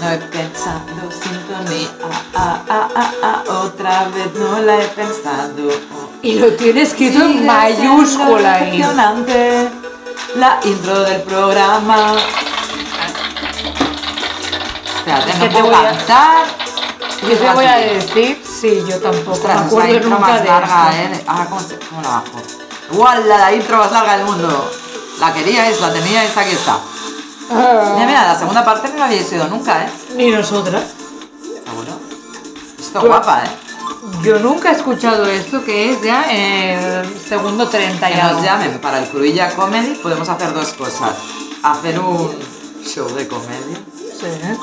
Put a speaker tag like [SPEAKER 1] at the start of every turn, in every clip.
[SPEAKER 1] No he pensado sintonía, ah, ah, ah, ah, ah, otra vez no la he pensado.
[SPEAKER 2] Y lo tiene escrito
[SPEAKER 1] Sigue
[SPEAKER 2] en mayúscula
[SPEAKER 1] siendo
[SPEAKER 2] ahí.
[SPEAKER 1] impresionante La intro del programa. Espérate,
[SPEAKER 2] Es
[SPEAKER 1] no
[SPEAKER 2] que te
[SPEAKER 1] puedo
[SPEAKER 2] voy a-
[SPEAKER 1] cantar.
[SPEAKER 2] Yo te voy a decir, sí, yo tampoco
[SPEAKER 1] Ostras,
[SPEAKER 2] me
[SPEAKER 1] es la
[SPEAKER 2] acuerdo
[SPEAKER 1] intro
[SPEAKER 2] nunca
[SPEAKER 1] más
[SPEAKER 2] de
[SPEAKER 1] larga,
[SPEAKER 2] esto.
[SPEAKER 1] ¿eh? Ahora, ¿cómo, se- cómo la bajo? Igual la, intro más larga del mundo. La quería es, la tenía esa aquí está.
[SPEAKER 2] Ah,
[SPEAKER 1] Mira, mira, la segunda parte no la había sido nunca, ¿eh?
[SPEAKER 2] Ni nosotras.
[SPEAKER 1] Seguro. Está
[SPEAKER 2] Yo-
[SPEAKER 1] guapa, ¿eh?
[SPEAKER 2] Yo nunca he escuchado esto que es ya el segundo 30
[SPEAKER 1] Que
[SPEAKER 2] y algo.
[SPEAKER 1] nos llamen para el Cruilla Comedy podemos hacer dos cosas. Hacer un show de comedia
[SPEAKER 2] Sí, ¿eh?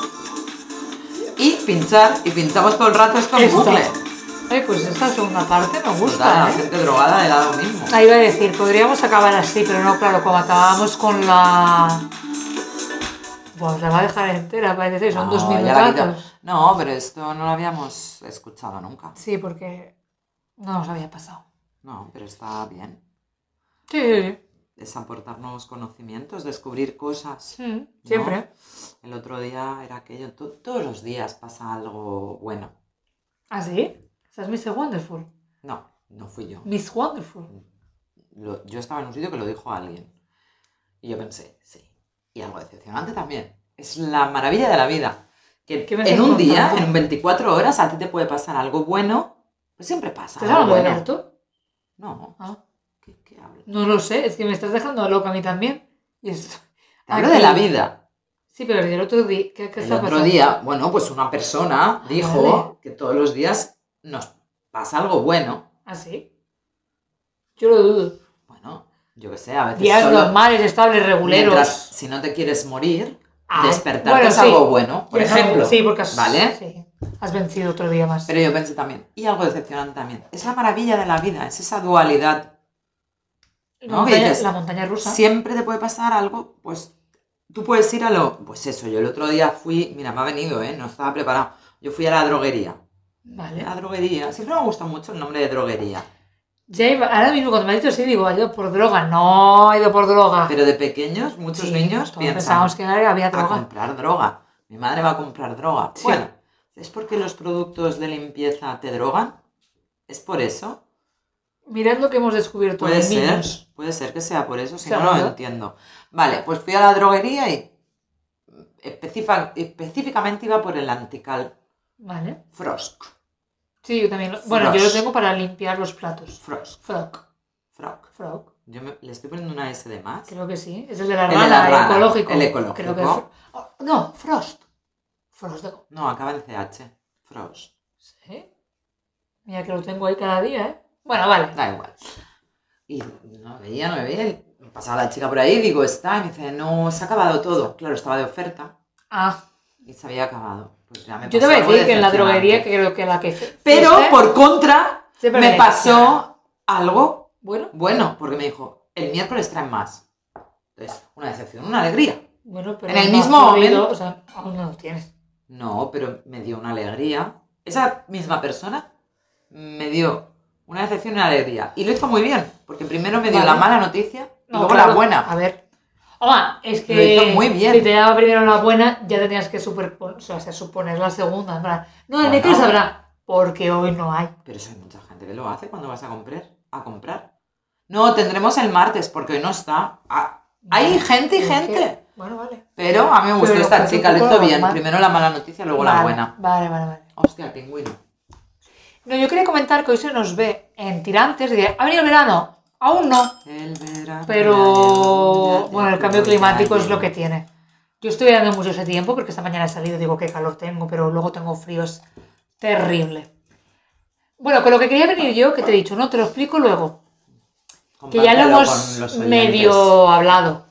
[SPEAKER 1] y pinchar. Y pinchamos todo el rato esto en
[SPEAKER 2] Esta.
[SPEAKER 1] bucle. Pues
[SPEAKER 2] Ay, pues esta segunda parte me
[SPEAKER 1] Total,
[SPEAKER 2] gusta,
[SPEAKER 1] la
[SPEAKER 2] ¿eh?
[SPEAKER 1] gente drogada le da lo mismo.
[SPEAKER 2] Ahí iba a decir, podríamos acabar así, pero no, claro, como acabábamos con la... Pues la va a dejar entera, parece, son dos
[SPEAKER 1] No, Ah, ya la
[SPEAKER 2] minutos.
[SPEAKER 1] quita- No, pero esto no lo habíamos escuchado nunca.
[SPEAKER 2] Sí, porque no nos había pasado.
[SPEAKER 1] No, pero está bien.
[SPEAKER 2] Sí, sí,
[SPEAKER 1] Es aportar nuevos conocimientos, descubrir cosas.
[SPEAKER 2] sí. Mm, siempre.
[SPEAKER 1] El otro día era aquello. to- todos los días pasa algo bueno.
[SPEAKER 2] ¿Ah, sí? Esa es Miss Wonderful.
[SPEAKER 1] No, no fui yo.
[SPEAKER 2] Miss
[SPEAKER 1] Ah,
[SPEAKER 2] Wonderful.
[SPEAKER 1] Lo- yo estaba en un sitio que lo dijo alguien. Y yo pensé, sí. Y algo decepcionante también. Es la maravilla de la vida. Que
[SPEAKER 2] ¿Qué me
[SPEAKER 1] en
[SPEAKER 2] estás
[SPEAKER 1] un día,
[SPEAKER 2] contando?
[SPEAKER 1] en 24 horas, a ti te puede pasar algo bueno. Pues siempre pasa.
[SPEAKER 2] ¿Estás hablando de
[SPEAKER 1] bueno.
[SPEAKER 2] Berto?
[SPEAKER 1] No,
[SPEAKER 2] Ah,
[SPEAKER 1] ¿qué, qué hablo?
[SPEAKER 2] no lo sé, es que me estás dejando loca a mí también. Y esto...
[SPEAKER 1] Te hablo
[SPEAKER 2] Aquí.
[SPEAKER 1] de la vida.
[SPEAKER 2] Sí, pero el otro día... Ah, ¿Qué, qué
[SPEAKER 1] El
[SPEAKER 2] está
[SPEAKER 1] otro
[SPEAKER 2] pasando? Ah,
[SPEAKER 1] día, bueno, pues una persona dijo
[SPEAKER 2] vale.
[SPEAKER 1] que todos los días nos pasa algo bueno.
[SPEAKER 2] ¿Ah, sí? Yo lo dudo.
[SPEAKER 1] Bueno, yo qué sé, a veces
[SPEAKER 2] Días
[SPEAKER 1] solo
[SPEAKER 2] normales, estables, reguleros.
[SPEAKER 1] mientras, si no te quieres morir,
[SPEAKER 2] Ah,
[SPEAKER 1] despertarte
[SPEAKER 2] bueno,
[SPEAKER 1] es
[SPEAKER 2] sí.
[SPEAKER 1] algo bueno, por
[SPEAKER 2] Ya sabes,
[SPEAKER 1] ejemplo.
[SPEAKER 2] Sí, porque has,
[SPEAKER 1] ¿Vale?
[SPEAKER 2] sí, has vencido otro día más.
[SPEAKER 1] Pero yo pensé también, y algo decepcionante también, es la maravilla de la vida, es esa dualidad.
[SPEAKER 2] la,
[SPEAKER 1] ¿no?
[SPEAKER 2] montaña,
[SPEAKER 1] Que dices,
[SPEAKER 2] la montaña rusa.
[SPEAKER 1] Siempre te puede pasar algo, pues tú puedes ir a lo... Pues eso, yo el otro día fui, mira, me ha venido, ¿eh? No estaba preparado. Yo fui a la droguería.
[SPEAKER 2] Vale.
[SPEAKER 1] La droguería, siempre me gusta mucho el nombre de droguería.
[SPEAKER 2] Ya iba- ahora mismo cuando me has dicho sí, digo, ha ido por droga. No, ha ido por droga.
[SPEAKER 1] Pero de pequeños, muchos
[SPEAKER 2] Sí,
[SPEAKER 1] niños
[SPEAKER 2] todos
[SPEAKER 1] piensan
[SPEAKER 2] pensábamos que había
[SPEAKER 1] a
[SPEAKER 2] droga.
[SPEAKER 1] comprar droga. Mi madre va a comprar droga.
[SPEAKER 2] Sí.
[SPEAKER 1] Bueno, ¿es porque los productos de limpieza te drogan? ¿Es por eso?
[SPEAKER 2] Mirad lo que hemos descubierto.
[SPEAKER 1] Puede
[SPEAKER 2] en
[SPEAKER 1] ser,
[SPEAKER 2] niños.
[SPEAKER 1] puede ser que sea por eso, si no,
[SPEAKER 2] Seguro.
[SPEAKER 1] no lo entiendo. Vale, pues fui a la droguería y especifa- específicamente iba por el antical
[SPEAKER 2] Vale.
[SPEAKER 1] frost.
[SPEAKER 2] Sí, yo también. lo- bueno, yo lo
[SPEAKER 1] Frogs.
[SPEAKER 2] tengo para limpiar los platos.
[SPEAKER 1] Frost,
[SPEAKER 2] Frog.
[SPEAKER 1] frog.
[SPEAKER 2] Frog.
[SPEAKER 1] Yo me- le estoy poniendo una S de más.
[SPEAKER 2] Creo que sí. Es el de la
[SPEAKER 1] El de
[SPEAKER 2] rana,
[SPEAKER 1] la rana,
[SPEAKER 2] ecológico.
[SPEAKER 1] el ecológico.
[SPEAKER 2] Creo que es fro- oh, no, Frost. Frost de...
[SPEAKER 1] No, acaba en CH. Frost.
[SPEAKER 2] Sí. Mira que lo tengo ahí cada día, ¿eh? Bueno, vale.
[SPEAKER 1] Da igual. Y no me veía, no me veía. y Pasaba la chica por ahí, digo, está, y me dice, no, se ha acabado todo. Claro, estaba de oferta
[SPEAKER 2] Ah,
[SPEAKER 1] y se había acabado. Pues ya me
[SPEAKER 2] yo te
[SPEAKER 1] pasó
[SPEAKER 2] voy a
[SPEAKER 1] algo
[SPEAKER 2] decir que en la
[SPEAKER 1] decepcionante.
[SPEAKER 2] droguería creo que la que...
[SPEAKER 1] Pero
[SPEAKER 2] fuiste-
[SPEAKER 1] por contra,
[SPEAKER 2] Siempre
[SPEAKER 1] me
[SPEAKER 2] me
[SPEAKER 1] pasó algo
[SPEAKER 2] Bueno,
[SPEAKER 1] Bueno, porque me dijo, el miércoles traen más. Entonces, una decepción, una alegría.
[SPEAKER 2] bueno, pero...
[SPEAKER 1] En el
[SPEAKER 2] no has
[SPEAKER 1] mismo
[SPEAKER 2] corrido,
[SPEAKER 1] momento-
[SPEAKER 2] O sea, aún no los tienes.
[SPEAKER 1] No, pero me dio una alegría. Esa misma persona me dio una decepción y una alegría. Y lo hizo muy bien, porque primero me dio
[SPEAKER 2] Vale.
[SPEAKER 1] la mala noticia y
[SPEAKER 2] No,
[SPEAKER 1] luego
[SPEAKER 2] claro,
[SPEAKER 1] la
[SPEAKER 2] A
[SPEAKER 1] buena.
[SPEAKER 2] ver. Oma, es que...
[SPEAKER 1] Lo hizo muy bien.
[SPEAKER 2] Si te daba primero la buena, ya tenías que superponer... O sea, suponer la segunda. en plan, No, en el
[SPEAKER 1] Bueno.
[SPEAKER 2] que sabrá. Porque hoy no hay.
[SPEAKER 1] Pero eso hay mucha gente que lo hace cuando vas a comprar. A comprar. No, tendremos el martes, porque hoy no está. Ah, hay gente y
[SPEAKER 2] Es que-
[SPEAKER 1] gente.
[SPEAKER 2] Bueno, vale.
[SPEAKER 1] Pero a mí me gustó
[SPEAKER 2] Pero pues
[SPEAKER 1] esta
[SPEAKER 2] parece un
[SPEAKER 1] chica, lo
[SPEAKER 2] poco
[SPEAKER 1] hizo bien.
[SPEAKER 2] normal.
[SPEAKER 1] Primero la mala noticia, luego la
[SPEAKER 2] Vale,
[SPEAKER 1] buena.
[SPEAKER 2] Vale, vale, vale.
[SPEAKER 1] Hostia, el pingüino.
[SPEAKER 2] No, yo quería comentar que hoy se nos ve en tirantes y de, ¿ha venido el verano? Aún no.
[SPEAKER 1] El verano ya
[SPEAKER 2] Pero
[SPEAKER 1] llegó,
[SPEAKER 2] bueno, el
[SPEAKER 1] ya
[SPEAKER 2] cambio
[SPEAKER 1] llegó,
[SPEAKER 2] climático
[SPEAKER 1] ya
[SPEAKER 2] es lo que
[SPEAKER 1] llegó.
[SPEAKER 2] tiene. Yo estoy dando mucho ese tiempo porque esta mañana he salido y digo qué calor tengo, pero luego tengo fríos terrible. Bueno, con lo que quería venir yo, que te he dicho, no te lo explico luego, que ya
[SPEAKER 1] Compártelo
[SPEAKER 2] lo
[SPEAKER 1] con
[SPEAKER 2] hemos
[SPEAKER 1] los oyentes.
[SPEAKER 2] medio hablado.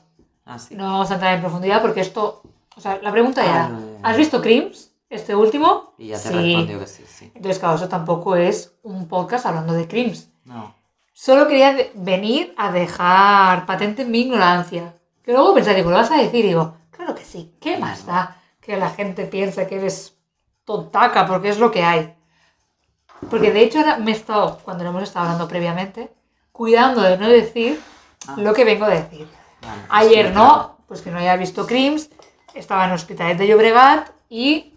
[SPEAKER 1] Ah, sí.
[SPEAKER 2] No vamos a entrar en profundidad porque esto, o sea, la
[SPEAKER 1] Ah,
[SPEAKER 2] pregunta era,
[SPEAKER 1] Vale.
[SPEAKER 2] ¿has visto Crims? Este último.
[SPEAKER 1] Y ya te
[SPEAKER 2] Sí.
[SPEAKER 1] respondió que sí, sí.
[SPEAKER 2] Entonces, claro, eso tampoco es un podcast hablando de Crims.
[SPEAKER 1] No.
[SPEAKER 2] Solo quería de- venir a dejar patente en mi ignorancia. Que luego pensaré, ¿me lo vas a decir? Y digo, claro que sí, ¿qué más da que la gente piense que eres tontaca? Porque es lo que hay. Porque de hecho ahora me he estado, cuando lo hemos estado hablando previamente, cuidando de no decir
[SPEAKER 1] Ah.
[SPEAKER 2] lo que vengo a decir.
[SPEAKER 1] Vale, pues
[SPEAKER 2] Ayer
[SPEAKER 1] sí,
[SPEAKER 2] no, pues que no haya visto Crims. estaba en Hospitalet de Llobregat y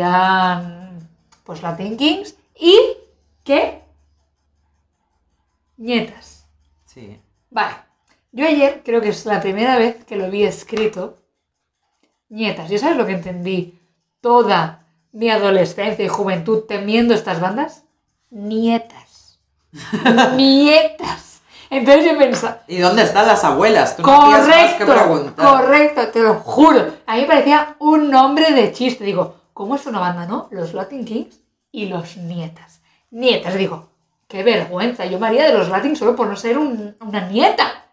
[SPEAKER 2] salían pues Latin Kings y ¿qué? Nietas.
[SPEAKER 1] Sí.
[SPEAKER 2] Vale. Yo ayer creo que es la primera vez que lo vi escrito. Nietas. ¿Ya sabes lo que entendí toda mi adolescencia y juventud temiendo estas bandas? Nietas. Nietas. Entonces yo pensaba,
[SPEAKER 1] ¿Y dónde están las abuelas? Tú no tienes más que
[SPEAKER 2] Correcto,
[SPEAKER 1] preguntar.
[SPEAKER 2] correcto, te lo juro. A mí me parecía un nombre de chiste. Digo, ¿cómo es una banda, no? Los Latin Kings y los Nietas. Nietas, digo, qué vergüenza. Yo María de los Latin solo por no ser un- una nieta.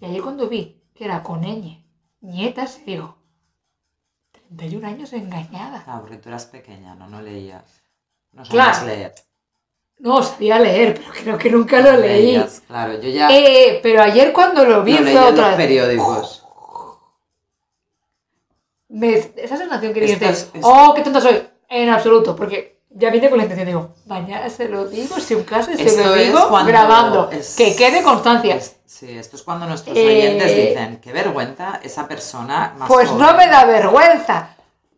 [SPEAKER 2] Y ayer cuando vi que era con ñ, nietas, digo, 31 años engañada.
[SPEAKER 1] Ah, porque tú eras pequeña, no, no leías. No
[SPEAKER 2] Claro.
[SPEAKER 1] sabías leer.
[SPEAKER 2] No sabía leer, pero creo que nunca lo leí.
[SPEAKER 1] Leías, claro, yo ya
[SPEAKER 2] Eh, eh, pero ayer cuando lo vi
[SPEAKER 1] no
[SPEAKER 2] fue
[SPEAKER 1] leía
[SPEAKER 2] otra
[SPEAKER 1] los
[SPEAKER 2] vez.
[SPEAKER 1] periódicos.
[SPEAKER 2] Me, esa sensación que
[SPEAKER 1] Esto
[SPEAKER 2] dices,
[SPEAKER 1] Este es- es-
[SPEAKER 2] oh, qué tonta soy, en absoluto, porque ya vine con la intención, digo, mañana se lo digo, si un caso, y se
[SPEAKER 1] Esto
[SPEAKER 2] lo
[SPEAKER 1] es
[SPEAKER 2] digo
[SPEAKER 1] cuando
[SPEAKER 2] grabando,
[SPEAKER 1] es-
[SPEAKER 2] que quede constancia.
[SPEAKER 1] es- sí, esto es cuando nuestros
[SPEAKER 2] Eh,
[SPEAKER 1] oyentes dicen, qué vergüenza esa persona más
[SPEAKER 2] pues
[SPEAKER 1] joven".
[SPEAKER 2] no me da vergüenza,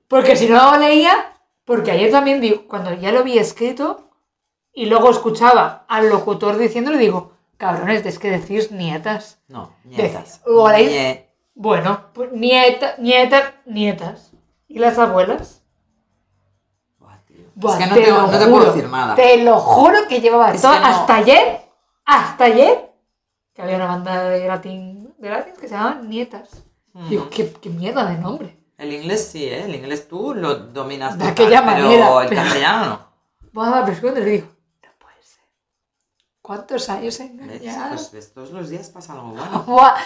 [SPEAKER 2] porque si no lo leía, porque ayer también digo, cuando ya lo vi escrito y luego escuchaba al locutor diciéndole, digo, cabrones, es que decís nietas.
[SPEAKER 1] No, nietas.
[SPEAKER 2] Lo haré.
[SPEAKER 1] Nie-
[SPEAKER 2] Bueno, pues nieta, nietas, nietas. ¿Y las abuelas?
[SPEAKER 1] Buah, tío.
[SPEAKER 2] Buah,
[SPEAKER 1] es que no
[SPEAKER 2] te
[SPEAKER 1] te,
[SPEAKER 2] lo
[SPEAKER 1] no te puedo
[SPEAKER 2] juro,
[SPEAKER 1] decir nada.
[SPEAKER 2] Te lo juro que llevaba
[SPEAKER 1] Es
[SPEAKER 2] todo-
[SPEAKER 1] que no.
[SPEAKER 2] hasta ayer, hasta ayer, que había una banda de latín, de latín que se llamaba Nietas.
[SPEAKER 1] Mm.
[SPEAKER 2] Digo, ¿qué, qué mierda de nombre.
[SPEAKER 1] El inglés sí, ¿eh? El inglés tú lo dominas
[SPEAKER 2] De
[SPEAKER 1] total,
[SPEAKER 2] aquella
[SPEAKER 1] pero
[SPEAKER 2] manera,
[SPEAKER 1] el
[SPEAKER 2] pero-
[SPEAKER 1] castellano no.
[SPEAKER 2] Bueno, la persona le digo, no puede ser. ¿Cuántos años he
[SPEAKER 1] ¿Ves?
[SPEAKER 2] engañado?
[SPEAKER 1] Pues de todos los días pasa algo bueno.
[SPEAKER 2] Buah,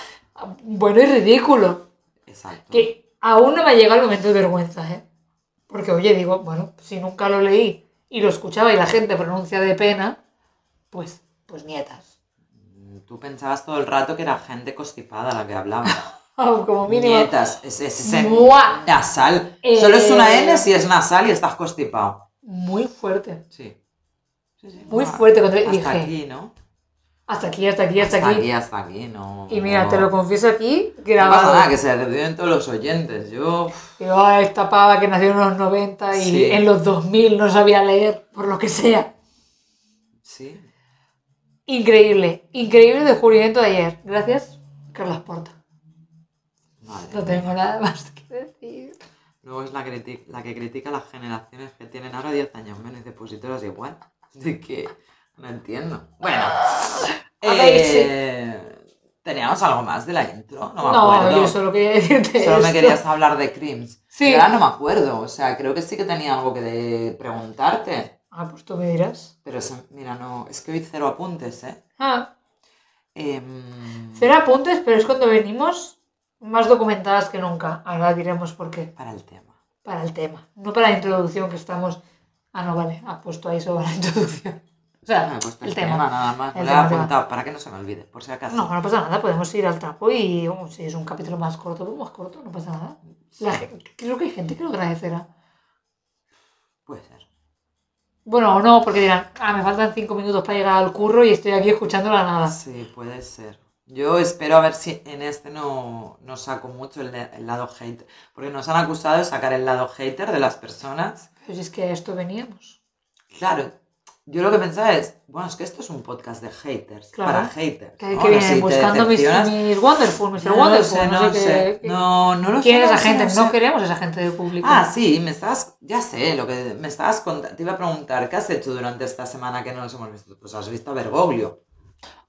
[SPEAKER 2] bueno y ridículo.
[SPEAKER 1] Exacto.
[SPEAKER 2] Que aún no me ha llegado el momento de vergüenza, ¿eh? Porque, oye, digo, bueno, si nunca lo leí y lo escuchaba y la gente pronuncia de pena, pues, pues nietas.
[SPEAKER 1] Mm, Tú pensabas todo el rato que era gente constipada la que hablaba.
[SPEAKER 2] Como mínimo.
[SPEAKER 1] Nietas, es, es ese
[SPEAKER 2] ¡Mua!
[SPEAKER 1] nasal.
[SPEAKER 2] Eh.
[SPEAKER 1] Solo es una N si es nasal y estás constipado.
[SPEAKER 2] muy fuerte.
[SPEAKER 1] Sí. Sí, sí,
[SPEAKER 2] Muy
[SPEAKER 1] no,
[SPEAKER 2] fuerte. Cuando
[SPEAKER 1] Hasta
[SPEAKER 2] dije,
[SPEAKER 1] aquí, ¿no?
[SPEAKER 2] hasta aquí, hasta aquí, hasta,
[SPEAKER 1] Hasta
[SPEAKER 2] aquí.
[SPEAKER 1] aquí, hasta aquí, no.
[SPEAKER 2] Y mira,
[SPEAKER 1] no.
[SPEAKER 2] te lo confieso aquí,
[SPEAKER 1] No pasa
[SPEAKER 2] grabado.
[SPEAKER 1] nada, que se reciben todos los oyentes. Yo.
[SPEAKER 2] Yo a esta pava que nació en los 90 y
[SPEAKER 1] Sí.
[SPEAKER 2] en los 2000 no sabía leer, por lo que sea.
[SPEAKER 1] Sí.
[SPEAKER 2] Increíble, increíble descubrimiento de ayer. Gracias, Carlos Porta.
[SPEAKER 1] Madre
[SPEAKER 2] No tengo nada más que decir.
[SPEAKER 1] Luego es la, criti- la que critica a las generaciones que tienen ahora 10 años menos y dice, pues si todas igual. Así que no entiendo. Bueno. eh, Teníamos algo más de la intro, Ah, pues no me
[SPEAKER 2] No,
[SPEAKER 1] acuerdo.
[SPEAKER 2] yo solo quería decirte
[SPEAKER 1] Solo me
[SPEAKER 2] esto.
[SPEAKER 1] querías hablar de Crims.
[SPEAKER 2] Sí.
[SPEAKER 1] Y ahora no me acuerdo, o sea, creo que sí que tenía algo que de- preguntarte.
[SPEAKER 2] Ah, pues tú me dirás.
[SPEAKER 1] Pero se- mira, no, es que hoy cero apuntes, ¿eh?
[SPEAKER 2] Ah,
[SPEAKER 1] Em,
[SPEAKER 2] cero apuntes, pero es cuando venimos más documentadas que nunca. Ahora diremos por qué.
[SPEAKER 1] Para el tema.
[SPEAKER 2] para el tema, no para la introducción que estamos. Ah, no, vale, ha puesto ahí sobre la introducción. O sea,
[SPEAKER 1] No he Ah, puesto
[SPEAKER 2] el,
[SPEAKER 1] el,
[SPEAKER 2] tema.
[SPEAKER 1] tema. nada más,
[SPEAKER 2] El
[SPEAKER 1] me lo he
[SPEAKER 2] tema, el tema.
[SPEAKER 1] apuntado para que no se me olvide, por si acaso.
[SPEAKER 2] No, no pasa nada, podemos ir al trapo y um, si es un capítulo más corto, pues más corto, no pasa nada. La gen- creo que hay gente que lo agradecerá.
[SPEAKER 1] Puede ser.
[SPEAKER 2] Bueno, o no, porque dirán, ah, me faltan cinco minutos para llegar al curro y estoy aquí escuchando la nada.
[SPEAKER 1] Sí, puede ser. Yo espero a ver si en este no, no saco mucho el, el lado hater. Porque nos han acusado de sacar el lado hater de las personas.
[SPEAKER 2] Pero si es que a esto veníamos.
[SPEAKER 1] Claro, yo lo que pensaba es, bueno, es que esto es un podcast de haters,
[SPEAKER 2] Claro.
[SPEAKER 1] para haters.
[SPEAKER 2] Que,
[SPEAKER 1] ¿no? No,
[SPEAKER 2] que vienen
[SPEAKER 1] si te
[SPEAKER 2] buscando mis,
[SPEAKER 1] decepcionas-
[SPEAKER 2] mis Wonderful, Mr.
[SPEAKER 1] No, lo
[SPEAKER 2] Wonderful,
[SPEAKER 1] sé,
[SPEAKER 2] no,
[SPEAKER 1] no
[SPEAKER 2] sé
[SPEAKER 1] sé.
[SPEAKER 2] qué.
[SPEAKER 1] No, no lo sé.
[SPEAKER 2] ¿Quién es
[SPEAKER 1] no
[SPEAKER 2] esa
[SPEAKER 1] sé,
[SPEAKER 2] gente?
[SPEAKER 1] sé.
[SPEAKER 2] No queremos esa gente del público.
[SPEAKER 1] Ah, sí, me estabas, ya sé, lo que me estabas contando, te iba a preguntar, ¿qué has hecho durante esta semana que no nos hemos visto? Pues has visto a Bergoglio.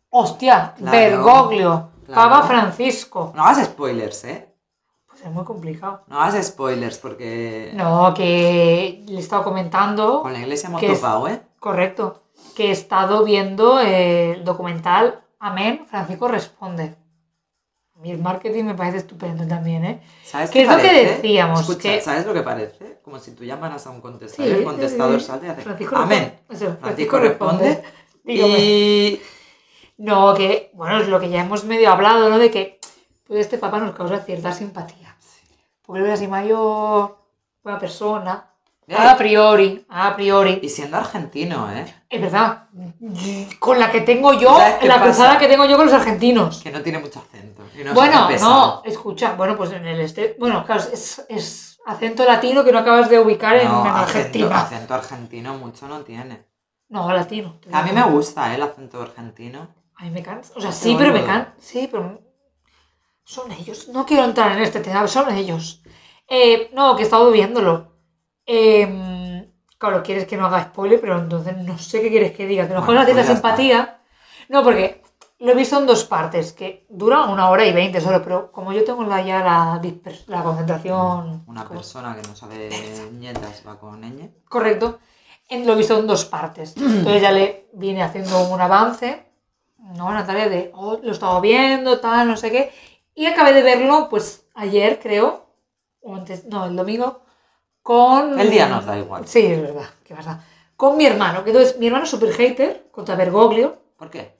[SPEAKER 2] Hostia,
[SPEAKER 1] Claro.
[SPEAKER 2] Bergoglio, Papa
[SPEAKER 1] Claro.
[SPEAKER 2] Francisco.
[SPEAKER 1] No hagas spoilers, ¿eh?
[SPEAKER 2] Pues es muy complicado.
[SPEAKER 1] No hagas spoilers porque
[SPEAKER 2] No, que le he estado comentando,
[SPEAKER 1] con la iglesia hemos
[SPEAKER 2] Que es-
[SPEAKER 1] topado, ¿eh?
[SPEAKER 2] correcto, que he estado viendo eh, el documental Amén, Francisco responde. A mí el marketing me parece estupendo también, ¿eh?
[SPEAKER 1] ¿Sabes
[SPEAKER 2] ¿Qué es lo que
[SPEAKER 1] parece?
[SPEAKER 2] decíamos?
[SPEAKER 1] Escucha,
[SPEAKER 2] que-
[SPEAKER 1] ¿sabes lo que parece? Como si tú llamaras a un contestador, el contestador salta y hace
[SPEAKER 2] Francisco
[SPEAKER 1] Amén.
[SPEAKER 2] responde. Eso,
[SPEAKER 1] Francisco responde
[SPEAKER 2] Dígame.
[SPEAKER 1] y
[SPEAKER 2] No, que, bueno, es lo que ya hemos medio hablado, ¿no? De que pues este papá nos causa cierta simpatía. Porque lo ve así mayor, buena persona, A priori, a priori.
[SPEAKER 1] Y siendo argentino, ¿eh?
[SPEAKER 2] Es verdad. Con la que tengo yo,
[SPEAKER 1] ¿Sabes qué
[SPEAKER 2] la
[SPEAKER 1] pasa?
[SPEAKER 2] cruzada que tengo yo con los argentinos.
[SPEAKER 1] Que no tiene mucho acento. y no es
[SPEAKER 2] Bueno,
[SPEAKER 1] muy pesado.
[SPEAKER 2] no, escucha, bueno, pues en el este, bueno, claro, es, es acento latino que no acabas de ubicar en, en
[SPEAKER 1] No, acento,
[SPEAKER 2] Argentina.
[SPEAKER 1] acento argentino mucho no tiene.
[SPEAKER 2] No, latino.
[SPEAKER 1] A mí me gusta ¿eh? el acento argentino.
[SPEAKER 2] A mí me cansa. O sea,
[SPEAKER 1] Qué
[SPEAKER 2] sí, pero me
[SPEAKER 1] boludo.
[SPEAKER 2] cansa. Sí, pero. Son ellos. No quiero entrar en este tema, son ellos. Eh, no, que he estado viéndolo. Eh, claro, quieres que no haga spoiler, pero entonces no sé qué quieres que diga. Que a lo mejor
[SPEAKER 1] Bueno,
[SPEAKER 2] no tienes
[SPEAKER 1] pues ya
[SPEAKER 2] simpatía. No, porque lo he visto en dos partes, que dura una hora y veinte solo, pero como yo tengo la, ya la, disper- la concentración.
[SPEAKER 1] Una
[SPEAKER 2] ¿cómo se
[SPEAKER 1] persona que no sabe ñetas va con ñ.
[SPEAKER 2] Correcto. En, lo he visto en dos partes. Entonces ya le viene haciendo un avance, ¿no? Natalia, de, oh, lo he estado viendo, tal, no sé qué. Y acabé de verlo, pues, ayer, creo, o antes, no, el domingo, con...
[SPEAKER 1] El día nos da igual.
[SPEAKER 2] Sí, es verdad, qué pasa. Con mi hermano, que entonces, mi hermano es super hater, contra Bergoglio,
[SPEAKER 1] ¿Por qué?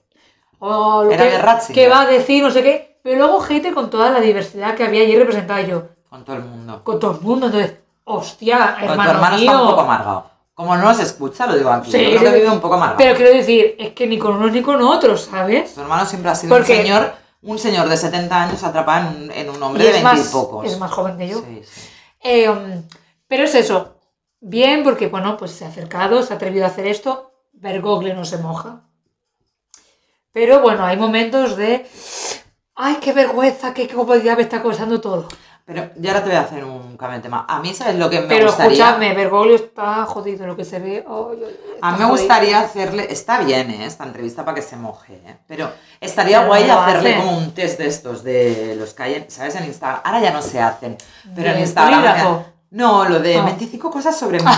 [SPEAKER 2] o lo
[SPEAKER 1] Era
[SPEAKER 2] que,
[SPEAKER 1] de Ratzinger.
[SPEAKER 2] que va a decir, no sé qué, pero luego hater con toda la diversidad que había allí representada y yo,
[SPEAKER 1] Con todo el mundo.
[SPEAKER 2] con todo el mundo, entonces, hostia,
[SPEAKER 1] Con
[SPEAKER 2] hermano,
[SPEAKER 1] tu hermano
[SPEAKER 2] mío.
[SPEAKER 1] está un poco amargado. Como no se escucha, lo digo aquí.
[SPEAKER 2] Sí,
[SPEAKER 1] yo creo
[SPEAKER 2] sí,
[SPEAKER 1] que
[SPEAKER 2] sí.
[SPEAKER 1] vive un poco amargado.
[SPEAKER 2] Pero quiero decir, es que ni con unos ni con otros, ¿sabes?
[SPEAKER 1] Su hermano siempre ha sido un
[SPEAKER 2] Porque-
[SPEAKER 1] señor, un señor de 70 años atrapado en un, en un hombre
[SPEAKER 2] Y
[SPEAKER 1] de
[SPEAKER 2] es
[SPEAKER 1] 20 y
[SPEAKER 2] más,
[SPEAKER 1] pocos.
[SPEAKER 2] es más joven que yo.
[SPEAKER 1] Sí, sí.
[SPEAKER 2] Eh, um, pero es eso. Bien, porque bueno, pues se ha acercado, se ha atrevido a hacer esto. Bergoglio no se moja. Pero bueno, hay momentos de. ¡Ay, qué vergüenza! ¡Qué comodidad me está causando todo!
[SPEAKER 1] Pero yo ahora te voy a hacer un cambio de tema. A mí, ¿sabes lo que me
[SPEAKER 2] pero
[SPEAKER 1] gustaría?
[SPEAKER 2] escúchame, Bergoglio está jodido lo que se ve. Ay,
[SPEAKER 1] A mí
[SPEAKER 2] ay, ay, está
[SPEAKER 1] me
[SPEAKER 2] jodido.
[SPEAKER 1] gustaría hacerle, está bien ¿eh? esta entrevista para que se moje, ¿eh? pero estaría
[SPEAKER 2] Pero
[SPEAKER 1] guay
[SPEAKER 2] no lo
[SPEAKER 1] hacerle
[SPEAKER 2] hace.
[SPEAKER 1] como un test de estos, de los que hay, en- ¿sabes? En Instagram, ahora ya no se hacen, pero en
[SPEAKER 2] ¿Del
[SPEAKER 1] Instagram...
[SPEAKER 2] polígrafo?
[SPEAKER 1] No, lo de
[SPEAKER 2] Ah.
[SPEAKER 1] 25 cosas sobre mí.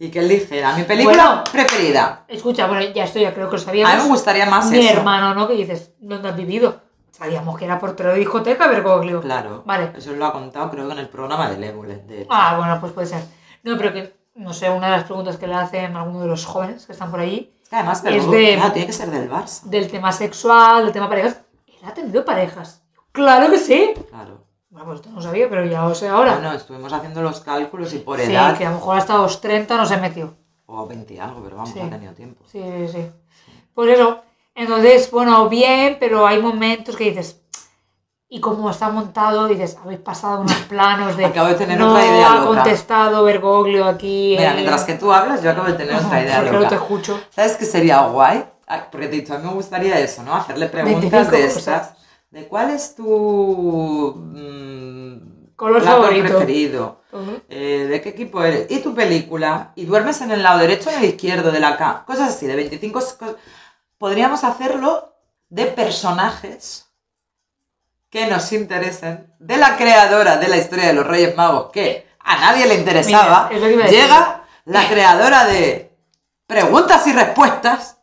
[SPEAKER 1] y que él dijera, mi película
[SPEAKER 2] Bueno.
[SPEAKER 1] preferida.
[SPEAKER 2] Escucha, bueno, ya esto ya creo que lo sabíamos.
[SPEAKER 1] A mí me gustaría más
[SPEAKER 2] Mi
[SPEAKER 1] eso.
[SPEAKER 2] hermano, ¿no? Que dices, ¿dónde has vivido? Sabíamos que era portero de discoteca, Bergoglio.
[SPEAKER 1] Claro,
[SPEAKER 2] Vale.
[SPEAKER 1] eso lo ha contado creo que en el programa de Évole, de hecho.
[SPEAKER 2] Ah, bueno, pues puede ser. No, pero que, no sé, una de las preguntas que le hacen a alguno de los jóvenes que están por ahí,
[SPEAKER 1] Es que además,
[SPEAKER 2] es
[SPEAKER 1] pero,
[SPEAKER 2] de-
[SPEAKER 1] claro, tiene que ser del Barça,
[SPEAKER 2] del tema sexual, del tema parejas, ¿él ha tenido parejas? ¡Claro que sí!
[SPEAKER 1] claro.
[SPEAKER 2] Bueno, pues esto no lo sabía, pero ya lo sé ahora.
[SPEAKER 1] Bueno, estuvimos haciendo los cálculos y por
[SPEAKER 2] sí,
[SPEAKER 1] edad,
[SPEAKER 2] que a lo mejor hasta los 30 no se metió.
[SPEAKER 1] o 20 y algo, pero vamos,
[SPEAKER 2] Sí.
[SPEAKER 1] ha tenido tiempo.
[SPEAKER 2] Sí, sí, sí. Pues eso. Entonces, bueno, bien, pero hay momentos que dices... Y como está montado, dices, habéis pasado unos planos de...
[SPEAKER 1] Acabo de tener
[SPEAKER 2] no
[SPEAKER 1] otra idea
[SPEAKER 2] ha
[SPEAKER 1] loca".
[SPEAKER 2] contestado Bergoglio aquí...
[SPEAKER 1] Mira,
[SPEAKER 2] eh,
[SPEAKER 1] mientras que tú hablas, yo acabo de tener otra idea
[SPEAKER 2] Porque no te
[SPEAKER 1] loca.
[SPEAKER 2] escucho.
[SPEAKER 1] ¿Sabes qué sería guay? Ah, Porque te he dicho, a mí me gustaría eso, ¿no? Hacerle preguntas
[SPEAKER 2] 25
[SPEAKER 1] de
[SPEAKER 2] cosas.
[SPEAKER 1] estas. ¿De cuál es tu mm,
[SPEAKER 2] Color
[SPEAKER 1] plato
[SPEAKER 2] favorito.
[SPEAKER 1] preferido? Eh, ¿De qué equipo eres? ¿Y tu película? ¿Y duermes en el lado derecho o en el izquierdo de la cama? Cosas así, de 25 cosas. Podríamos hacerlo de personajes que nos interesen, de la creadora de la historia de los Reyes Magos, que a nadie le interesaba.
[SPEAKER 2] Mira, es lo que iba a decir.
[SPEAKER 1] Llega la creadora de preguntas y respuestas.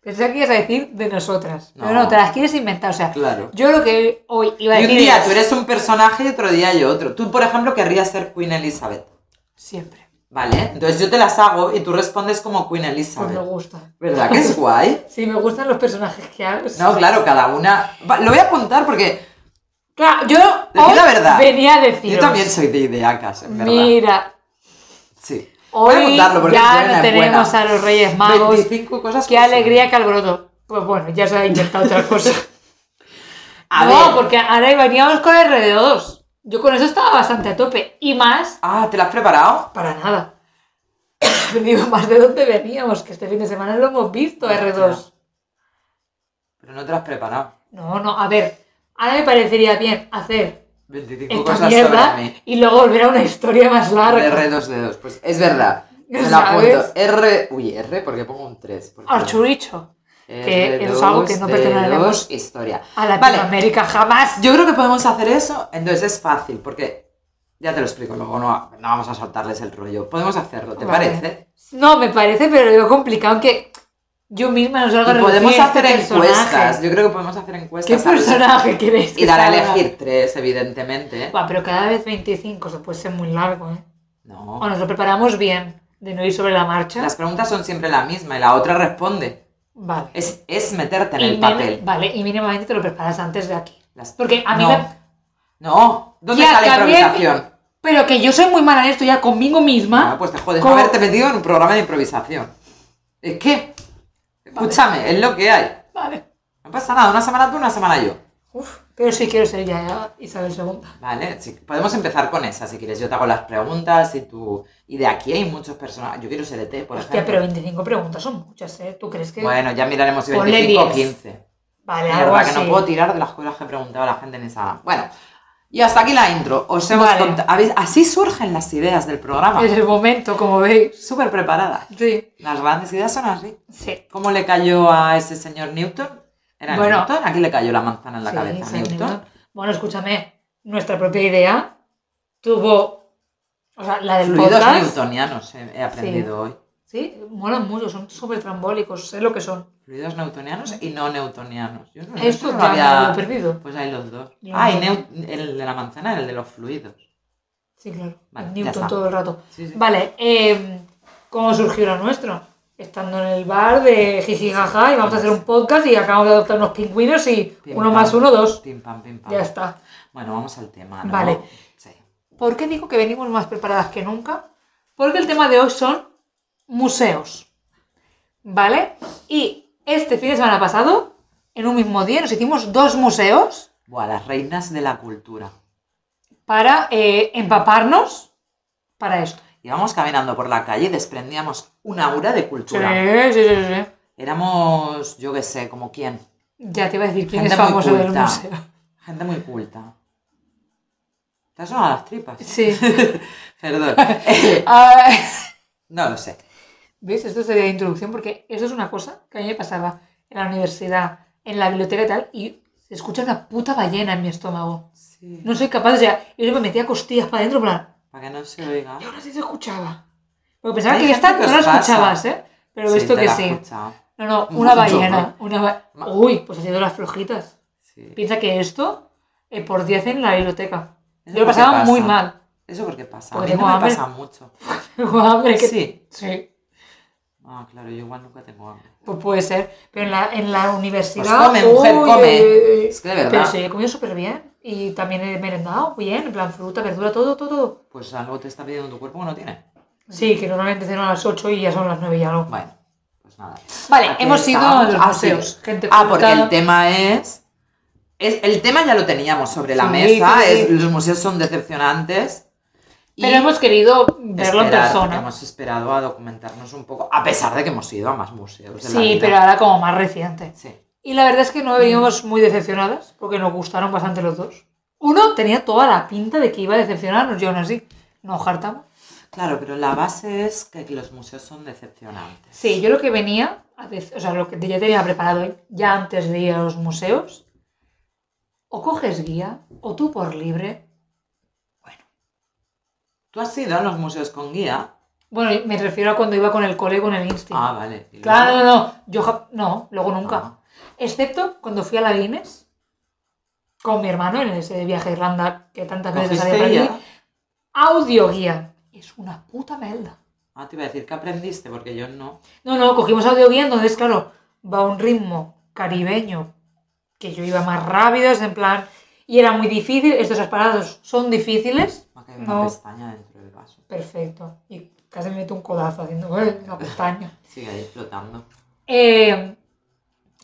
[SPEAKER 2] Pensé que ibas a decir de nosotras.
[SPEAKER 1] No.
[SPEAKER 2] Pero no, te las quieres inventar. O sea,
[SPEAKER 1] Claro.
[SPEAKER 2] yo lo que hoy iba a
[SPEAKER 1] Y un
[SPEAKER 2] decir.
[SPEAKER 1] día
[SPEAKER 2] es-
[SPEAKER 1] tú eres un personaje y otro día yo otro. Tú, por ejemplo, querrías ser Queen Elizabeth.
[SPEAKER 2] Siempre.
[SPEAKER 1] ¿Vale? Entonces yo te las hago y tú respondes como Queen
[SPEAKER 2] Pues me
[SPEAKER 1] Elizabeth.
[SPEAKER 2] gusta.
[SPEAKER 1] ¿Verdad que es guay?
[SPEAKER 2] Sí, me gustan los personajes que hago. sí.
[SPEAKER 1] No, claro, cada una. Va, Lo voy a apuntar porque
[SPEAKER 2] Claro, yo.
[SPEAKER 1] Decid
[SPEAKER 2] hoy
[SPEAKER 1] la verdad.
[SPEAKER 2] Venía a decir.
[SPEAKER 1] yo también soy de ideacas, en verdad.
[SPEAKER 2] pues, Mira,
[SPEAKER 1] sí. voy a
[SPEAKER 2] hoy
[SPEAKER 1] apuntarlo porque es
[SPEAKER 2] ya
[SPEAKER 1] buena,
[SPEAKER 2] no
[SPEAKER 1] es
[SPEAKER 2] tenemos
[SPEAKER 1] buena.
[SPEAKER 2] a los Reyes Magos.
[SPEAKER 1] 25 cosas.
[SPEAKER 2] Qué
[SPEAKER 1] que son.
[SPEAKER 2] alegría, que alboroto. Pues bueno, ya se ha inventado otra cosa.
[SPEAKER 1] A
[SPEAKER 2] no,
[SPEAKER 1] ver.
[SPEAKER 2] porque ahora veníamos con RD2. Yo con eso estaba bastante a tope. Y más
[SPEAKER 1] Ah, ¿te la has preparado?
[SPEAKER 2] Para nada. Digo, más de dónde veníamos, que este fin de semana lo hemos visto, R2.
[SPEAKER 1] Pero no te la has preparado.
[SPEAKER 2] No, no, a ver, ahora me parecería bien hacer
[SPEAKER 1] 25
[SPEAKER 2] esta
[SPEAKER 1] cosas
[SPEAKER 2] mierda
[SPEAKER 1] sobre mí.
[SPEAKER 2] y luego volver a una historia más
[SPEAKER 1] De
[SPEAKER 2] larga.
[SPEAKER 1] R2 dedos. Pues es verdad. Me la
[SPEAKER 2] ¿Sabes?
[SPEAKER 1] apunto. R. Uy, R, porque pongo un 3. Porque
[SPEAKER 2] Al churicho. que
[SPEAKER 1] R2
[SPEAKER 2] es algo que no
[SPEAKER 1] dedos,
[SPEAKER 2] perdonaremos.
[SPEAKER 1] historia.
[SPEAKER 2] A
[SPEAKER 1] Vale,
[SPEAKER 2] Latinoamérica jamás.
[SPEAKER 1] yo creo que podemos hacer eso. Entonces es fácil porque. Ya te lo explico, luego no, no vamos a soltarles el rollo. Podemos hacerlo, ¿te
[SPEAKER 2] Vale.
[SPEAKER 1] parece?
[SPEAKER 2] No, me parece, pero lo veo complicado que yo misma nos haga
[SPEAKER 1] Y
[SPEAKER 2] reducir
[SPEAKER 1] podemos
[SPEAKER 2] este
[SPEAKER 1] hacer
[SPEAKER 2] personaje.
[SPEAKER 1] encuestas. Yo creo que podemos hacer encuestas.
[SPEAKER 2] ¿Qué
[SPEAKER 1] a ver.
[SPEAKER 2] personaje queréis? que
[SPEAKER 1] Y dar a
[SPEAKER 2] salga?
[SPEAKER 1] elegir tres, evidentemente.
[SPEAKER 2] Buah, pero cada vez 25, se puede ser muy largo, ¿eh? O
[SPEAKER 1] No.
[SPEAKER 2] nos lo preparamos bien, de no ir sobre la marcha.
[SPEAKER 1] Las preguntas son siempre la misma y la otra responde.
[SPEAKER 2] Vale.
[SPEAKER 1] Es, es meterte en
[SPEAKER 2] Y
[SPEAKER 1] el
[SPEAKER 2] minim-
[SPEAKER 1] papel.
[SPEAKER 2] Vale, y mínimamente te lo preparas antes de aquí.
[SPEAKER 1] Las-
[SPEAKER 2] Porque a mí
[SPEAKER 1] no.
[SPEAKER 2] me-
[SPEAKER 1] No. ¿Dónde
[SPEAKER 2] Ya,
[SPEAKER 1] está la
[SPEAKER 2] también-
[SPEAKER 1] improvisación?
[SPEAKER 2] Pero que yo soy muy mala en esto ya conmigo misma.
[SPEAKER 1] Ah, pues te jodes
[SPEAKER 2] Como-
[SPEAKER 1] haberte metido en un programa de improvisación. Es que, escúchame, es lo que hay.
[SPEAKER 2] Vale.
[SPEAKER 1] No pasa nada, una semana tú, una semana yo.
[SPEAKER 2] Uf, pero sí quiero ser ya Isabel II.
[SPEAKER 1] Vale, sí, podemos empezar con esa, si quieres. Yo te hago las preguntas y tú... Y de aquí hay muchos personajes. Yo quiero ser ET, por
[SPEAKER 2] Hostia, pero
[SPEAKER 1] ejemplo.
[SPEAKER 2] 25 preguntas son muchas, ¿eh? ¿Tú crees que.?
[SPEAKER 1] Bueno, ya miraremos si
[SPEAKER 2] Ponle
[SPEAKER 1] 25 o
[SPEAKER 2] 10.
[SPEAKER 1] 15.
[SPEAKER 2] vale,
[SPEAKER 1] La
[SPEAKER 2] algo
[SPEAKER 1] verdad que
[SPEAKER 2] así.
[SPEAKER 1] no puedo tirar de las cosas que preguntaba la gente en esa... Bueno, y hasta aquí la intro. Os hemos
[SPEAKER 2] Vale.
[SPEAKER 1] cont- habéis- Así surgen las ideas del programa.
[SPEAKER 2] Es el momento, como veis.
[SPEAKER 1] Súper preparada.
[SPEAKER 2] Sí.
[SPEAKER 1] Las grandes ideas son así.
[SPEAKER 2] Sí.
[SPEAKER 1] ¿Cómo le cayó a ese señor Newton? ¿Era
[SPEAKER 2] Bueno.
[SPEAKER 1] Newton? ¿A quién le cayó la manzana en la
[SPEAKER 2] sí,
[SPEAKER 1] cabeza?
[SPEAKER 2] Isaac
[SPEAKER 1] ¿Newton?
[SPEAKER 2] Newton. Bueno, escúchame. Nuestra propia idea tuvo. O sea, la del
[SPEAKER 1] Fluidos
[SPEAKER 2] podcast.
[SPEAKER 1] newtonianos he, he aprendido hoy.
[SPEAKER 2] Sí, molan mucho, son súper trambólicos, sé lo que son.
[SPEAKER 1] Fluidos newtonianos y no newtonianos. Yo no, Pues eso no
[SPEAKER 2] Esto ya me
[SPEAKER 1] había-
[SPEAKER 2] lo he perdido.
[SPEAKER 1] Pues hay los dos.
[SPEAKER 2] Yo
[SPEAKER 1] Ah, y
[SPEAKER 2] no.
[SPEAKER 1] neu- el de la manzana era el de los fluidos.
[SPEAKER 2] Sí, claro.
[SPEAKER 1] Vale, ya
[SPEAKER 2] Newton
[SPEAKER 1] está.
[SPEAKER 2] todo el rato.
[SPEAKER 1] Sí, sí.
[SPEAKER 2] Vale, eh, ¿cómo surgió lo nuestro? Estando en el bar de jiji jaja y vamos a hacer un podcast y acabamos de adoptar unos pingüinos y
[SPEAKER 1] Pim,
[SPEAKER 2] uno
[SPEAKER 1] pam.
[SPEAKER 2] más uno, dos.
[SPEAKER 1] Pim, pam, pim, pam.
[SPEAKER 2] Ya está.
[SPEAKER 1] Bueno, vamos al tema. ¿no?
[SPEAKER 2] Vale.
[SPEAKER 1] Sí.
[SPEAKER 2] ¿Por qué digo que venimos más preparadas que nunca? Porque el tema de hoy son museos. ¿Vale? Y este fin de semana pasado, en un mismo día, nos hicimos dos museos
[SPEAKER 1] Buah, las reinas de la cultura.
[SPEAKER 2] para eh, empaparnos para esto.
[SPEAKER 1] Íbamos caminando por la calle y desprendíamos una aura de cultura.
[SPEAKER 2] sí, sí, sí.
[SPEAKER 1] Éramos, yo qué sé, como quién.
[SPEAKER 2] Ya te iba a decir quién
[SPEAKER 1] Gente
[SPEAKER 2] es
[SPEAKER 1] muy
[SPEAKER 2] famoso del
[SPEAKER 1] culta.
[SPEAKER 2] museo.
[SPEAKER 1] Gente muy culta. Te has sonado las tripas.
[SPEAKER 2] Sí.
[SPEAKER 1] Perdón. Eh,
[SPEAKER 2] Ah,
[SPEAKER 1] no lo sé.
[SPEAKER 2] ¿Ves? Esto sería de introducción porque eso es una cosa que a mí me pasaba en la universidad, en la biblioteca y tal, y se escucha una puta ballena en mi estómago. No soy capaz, o sea, yo me metía costillas para adentro, en plan,
[SPEAKER 1] Para que no se oiga.
[SPEAKER 2] y ahora sí se escuchaba. Porque pensaba
[SPEAKER 1] Hay
[SPEAKER 2] que ya está,
[SPEAKER 1] gente que
[SPEAKER 2] no la
[SPEAKER 1] os pasa.
[SPEAKER 2] escuchabas, ¿eh? Pero
[SPEAKER 1] Sí,
[SPEAKER 2] esto
[SPEAKER 1] te
[SPEAKER 2] que
[SPEAKER 1] la he
[SPEAKER 2] sí.
[SPEAKER 1] escuchado.
[SPEAKER 2] No, no, una
[SPEAKER 1] Mucho,
[SPEAKER 2] ballena. Una ba-
[SPEAKER 1] Ma-
[SPEAKER 2] Uy, pues ha sido las flojitas.
[SPEAKER 1] Sí.
[SPEAKER 2] Piensa que esto eh, por 10 en la biblioteca.
[SPEAKER 1] Eso
[SPEAKER 2] Yo lo
[SPEAKER 1] porque
[SPEAKER 2] pasaba
[SPEAKER 1] pasa.
[SPEAKER 2] muy mal.
[SPEAKER 1] Eso porque pasa.
[SPEAKER 2] Porque
[SPEAKER 1] a mí no
[SPEAKER 2] tengo
[SPEAKER 1] me
[SPEAKER 2] hambre.
[SPEAKER 1] pasa mucho.
[SPEAKER 2] Tengo hambre, que-
[SPEAKER 1] Sí.
[SPEAKER 2] Sí.
[SPEAKER 1] Ah, claro, yo igual nunca tengo hambre.
[SPEAKER 2] Pues puede ser, pero en la, en la universidad.
[SPEAKER 1] Pues come, mujer, come.
[SPEAKER 2] eh,
[SPEAKER 1] Es que de verdad.
[SPEAKER 2] Pero sí, he comido súper bien. Y también he merendado bien, en plan fruta, verdura, todo, todo, todo.
[SPEAKER 1] Pues algo te está pidiendo tu cuerpo que no tiene.
[SPEAKER 2] Sí, que normalmente ceno a las 8 y ya son las 9 y algo.
[SPEAKER 1] Bueno, pues nada.
[SPEAKER 2] Vale,
[SPEAKER 1] Aquí
[SPEAKER 2] hemos ido
[SPEAKER 1] estábamos.
[SPEAKER 2] a los
[SPEAKER 1] Ah,
[SPEAKER 2] museos.
[SPEAKER 1] sí.
[SPEAKER 2] Gente
[SPEAKER 1] ah, porque
[SPEAKER 2] culta.
[SPEAKER 1] el tema es, es- El tema ya lo teníamos sobre la
[SPEAKER 2] Sí,
[SPEAKER 1] mesa.
[SPEAKER 2] sí, sí.
[SPEAKER 1] es- los museos son decepcionantes. y
[SPEAKER 2] Pero hemos querido verlo en
[SPEAKER 1] esperar,
[SPEAKER 2] persona.
[SPEAKER 1] Hemos esperado a documentarnos un poco, a pesar de que hemos ido a más museos. de la
[SPEAKER 2] Sí,
[SPEAKER 1] vida. Mm.
[SPEAKER 2] pero ahora como más reciente.
[SPEAKER 1] Sí.
[SPEAKER 2] Y la verdad es que no veníamos muy decepcionadas, porque nos gustaron bastante los dos. Uno tenía toda la pinta de que iba a decepcionarnos, y aún así nos hartamos.
[SPEAKER 1] Claro, pero la base es que los museos son decepcionantes.
[SPEAKER 2] Sí, yo lo que venía, a dec- o sea, lo que ya tenía preparado ya antes de ir a los museos, o coges guía, o tú por libre.
[SPEAKER 1] ¿Tú has ido a los museos con guía?
[SPEAKER 2] Bueno, y me refiero a cuando iba con el cole con el insti.
[SPEAKER 1] Ah, vale. Y luego-
[SPEAKER 2] claro, no, no, yo ja- no, luego nunca.
[SPEAKER 1] Ah,
[SPEAKER 2] Excepto cuando fui a la Guinness con mi hermano en ese viaje a Irlanda que tantas veces
[SPEAKER 1] ¿Cogiste
[SPEAKER 2] había por
[SPEAKER 1] guía?
[SPEAKER 2] allí. Audio guía. Es una puta melda.
[SPEAKER 1] Ah, te iba a decir que aprendiste, porque yo no.
[SPEAKER 2] No, no, cogimos audio guía, entonces, claro, va a un ritmo caribeño que yo iba más rápido, es en plan. Y era muy difícil, estos parados son difíciles.
[SPEAKER 1] Me ha caído una
[SPEAKER 2] No.
[SPEAKER 1] pestaña dentro del vaso.
[SPEAKER 2] Perfecto. Y casi me meto un codazo haciendo "Eh", una pestaña.
[SPEAKER 1] Sigue ahí flotando.
[SPEAKER 2] Eh,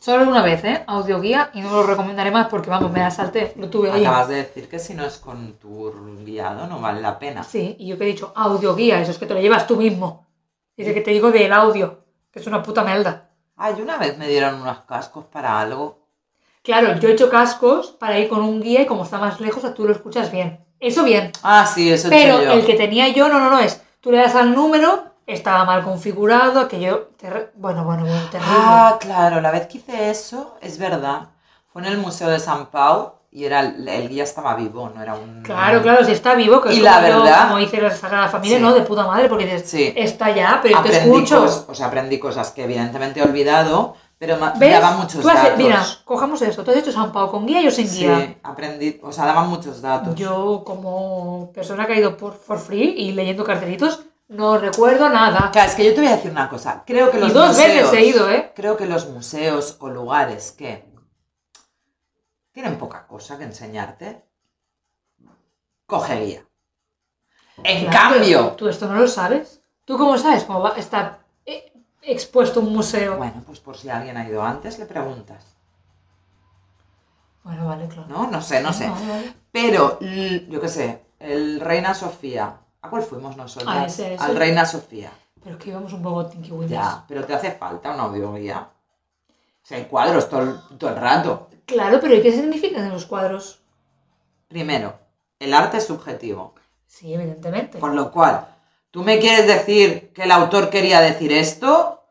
[SPEAKER 2] solo una vez, ¿eh? Audio guía, y no lo recomendaré más porque, vamos, me la salté, lo tuve ahí.
[SPEAKER 1] Acabas de decir que si no es con tour guiado no vale la pena.
[SPEAKER 2] Sí, y yo que he dicho audio guía, eso es que te lo llevas tú mismo. Dice que te digo del audio, que es una puta melda.
[SPEAKER 1] Ay, una vez me dieron unos cascos para algo.
[SPEAKER 2] Claro, yo he hecho cascos para ir con un guía y como está más lejos, tú lo escuchas bien. Eso bien.
[SPEAKER 1] Ah, sí, eso he
[SPEAKER 2] Pero
[SPEAKER 1] hecho yo.
[SPEAKER 2] el que tenía yo, no, no, no es. Tú le das al número, estaba mal configurado, que yo. terri- Bueno, bueno, bueno, terrible.
[SPEAKER 1] Ah, claro, la vez que hice eso, es verdad. Fue en el Museo de San Pau y era el, el guía estaba vivo, no era un...
[SPEAKER 2] claro, claro, si está vivo, que es
[SPEAKER 1] Y la
[SPEAKER 2] como yo,
[SPEAKER 1] verdad-
[SPEAKER 2] como dice la Sagrada Familia,
[SPEAKER 1] Sí.
[SPEAKER 2] no, de puta madre, porque dices,
[SPEAKER 1] Sí.
[SPEAKER 2] está ya, pero yo te
[SPEAKER 1] Aprendí
[SPEAKER 2] escucho.
[SPEAKER 1] cosas, o sea, aprendí cosas que evidentemente he olvidado, pero ma-
[SPEAKER 2] ¿Ves?
[SPEAKER 1] daba muchos
[SPEAKER 2] Tú has-
[SPEAKER 1] datos.
[SPEAKER 2] Mira, cojamos esto. Tú has hecho San Pau con guía y yo sin guía.
[SPEAKER 1] sí, aprendí, o sea, daban muchos datos.
[SPEAKER 2] Yo, como persona que ha ido por for free y leyendo cartelitos, no recuerdo nada.
[SPEAKER 1] Claro, es que yo te voy a decir una cosa. Creo que
[SPEAKER 2] Y
[SPEAKER 1] los
[SPEAKER 2] dos
[SPEAKER 1] museos,
[SPEAKER 2] veces he ido, ¿eh?
[SPEAKER 1] Creo que los museos o lugares que tienen poca cosa que enseñarte, coge guía. En
[SPEAKER 2] Claro,
[SPEAKER 1] cambio,
[SPEAKER 2] ¿Tú esto no lo sabes? ¿Tú cómo sabes cómo va- está eh, expuesto un museo? Bueno,
[SPEAKER 1] bueno, pues por si alguien ha ido antes, le preguntas.
[SPEAKER 2] vale, claro.
[SPEAKER 1] No, no sé, no sé.
[SPEAKER 2] Vale, vale.
[SPEAKER 1] Pero, l- yo qué sé, el Reina Sofía. ¿A cuál fuimos nosotros?
[SPEAKER 2] A ese, a ese.
[SPEAKER 1] Al Reina Sofía.
[SPEAKER 2] Pero es que íbamos un poco tinky winkies.
[SPEAKER 1] Ya, pero te hace falta una audioguía. O sea, hay cuadros todo el, todo el rato.
[SPEAKER 2] Claro, pero ¿y qué significan los cuadros?
[SPEAKER 1] Primero, el arte es subjetivo.
[SPEAKER 2] Sí, evidentemente.
[SPEAKER 1] Con lo cual, ¿tú me quieres decir que el autor quería decir esto?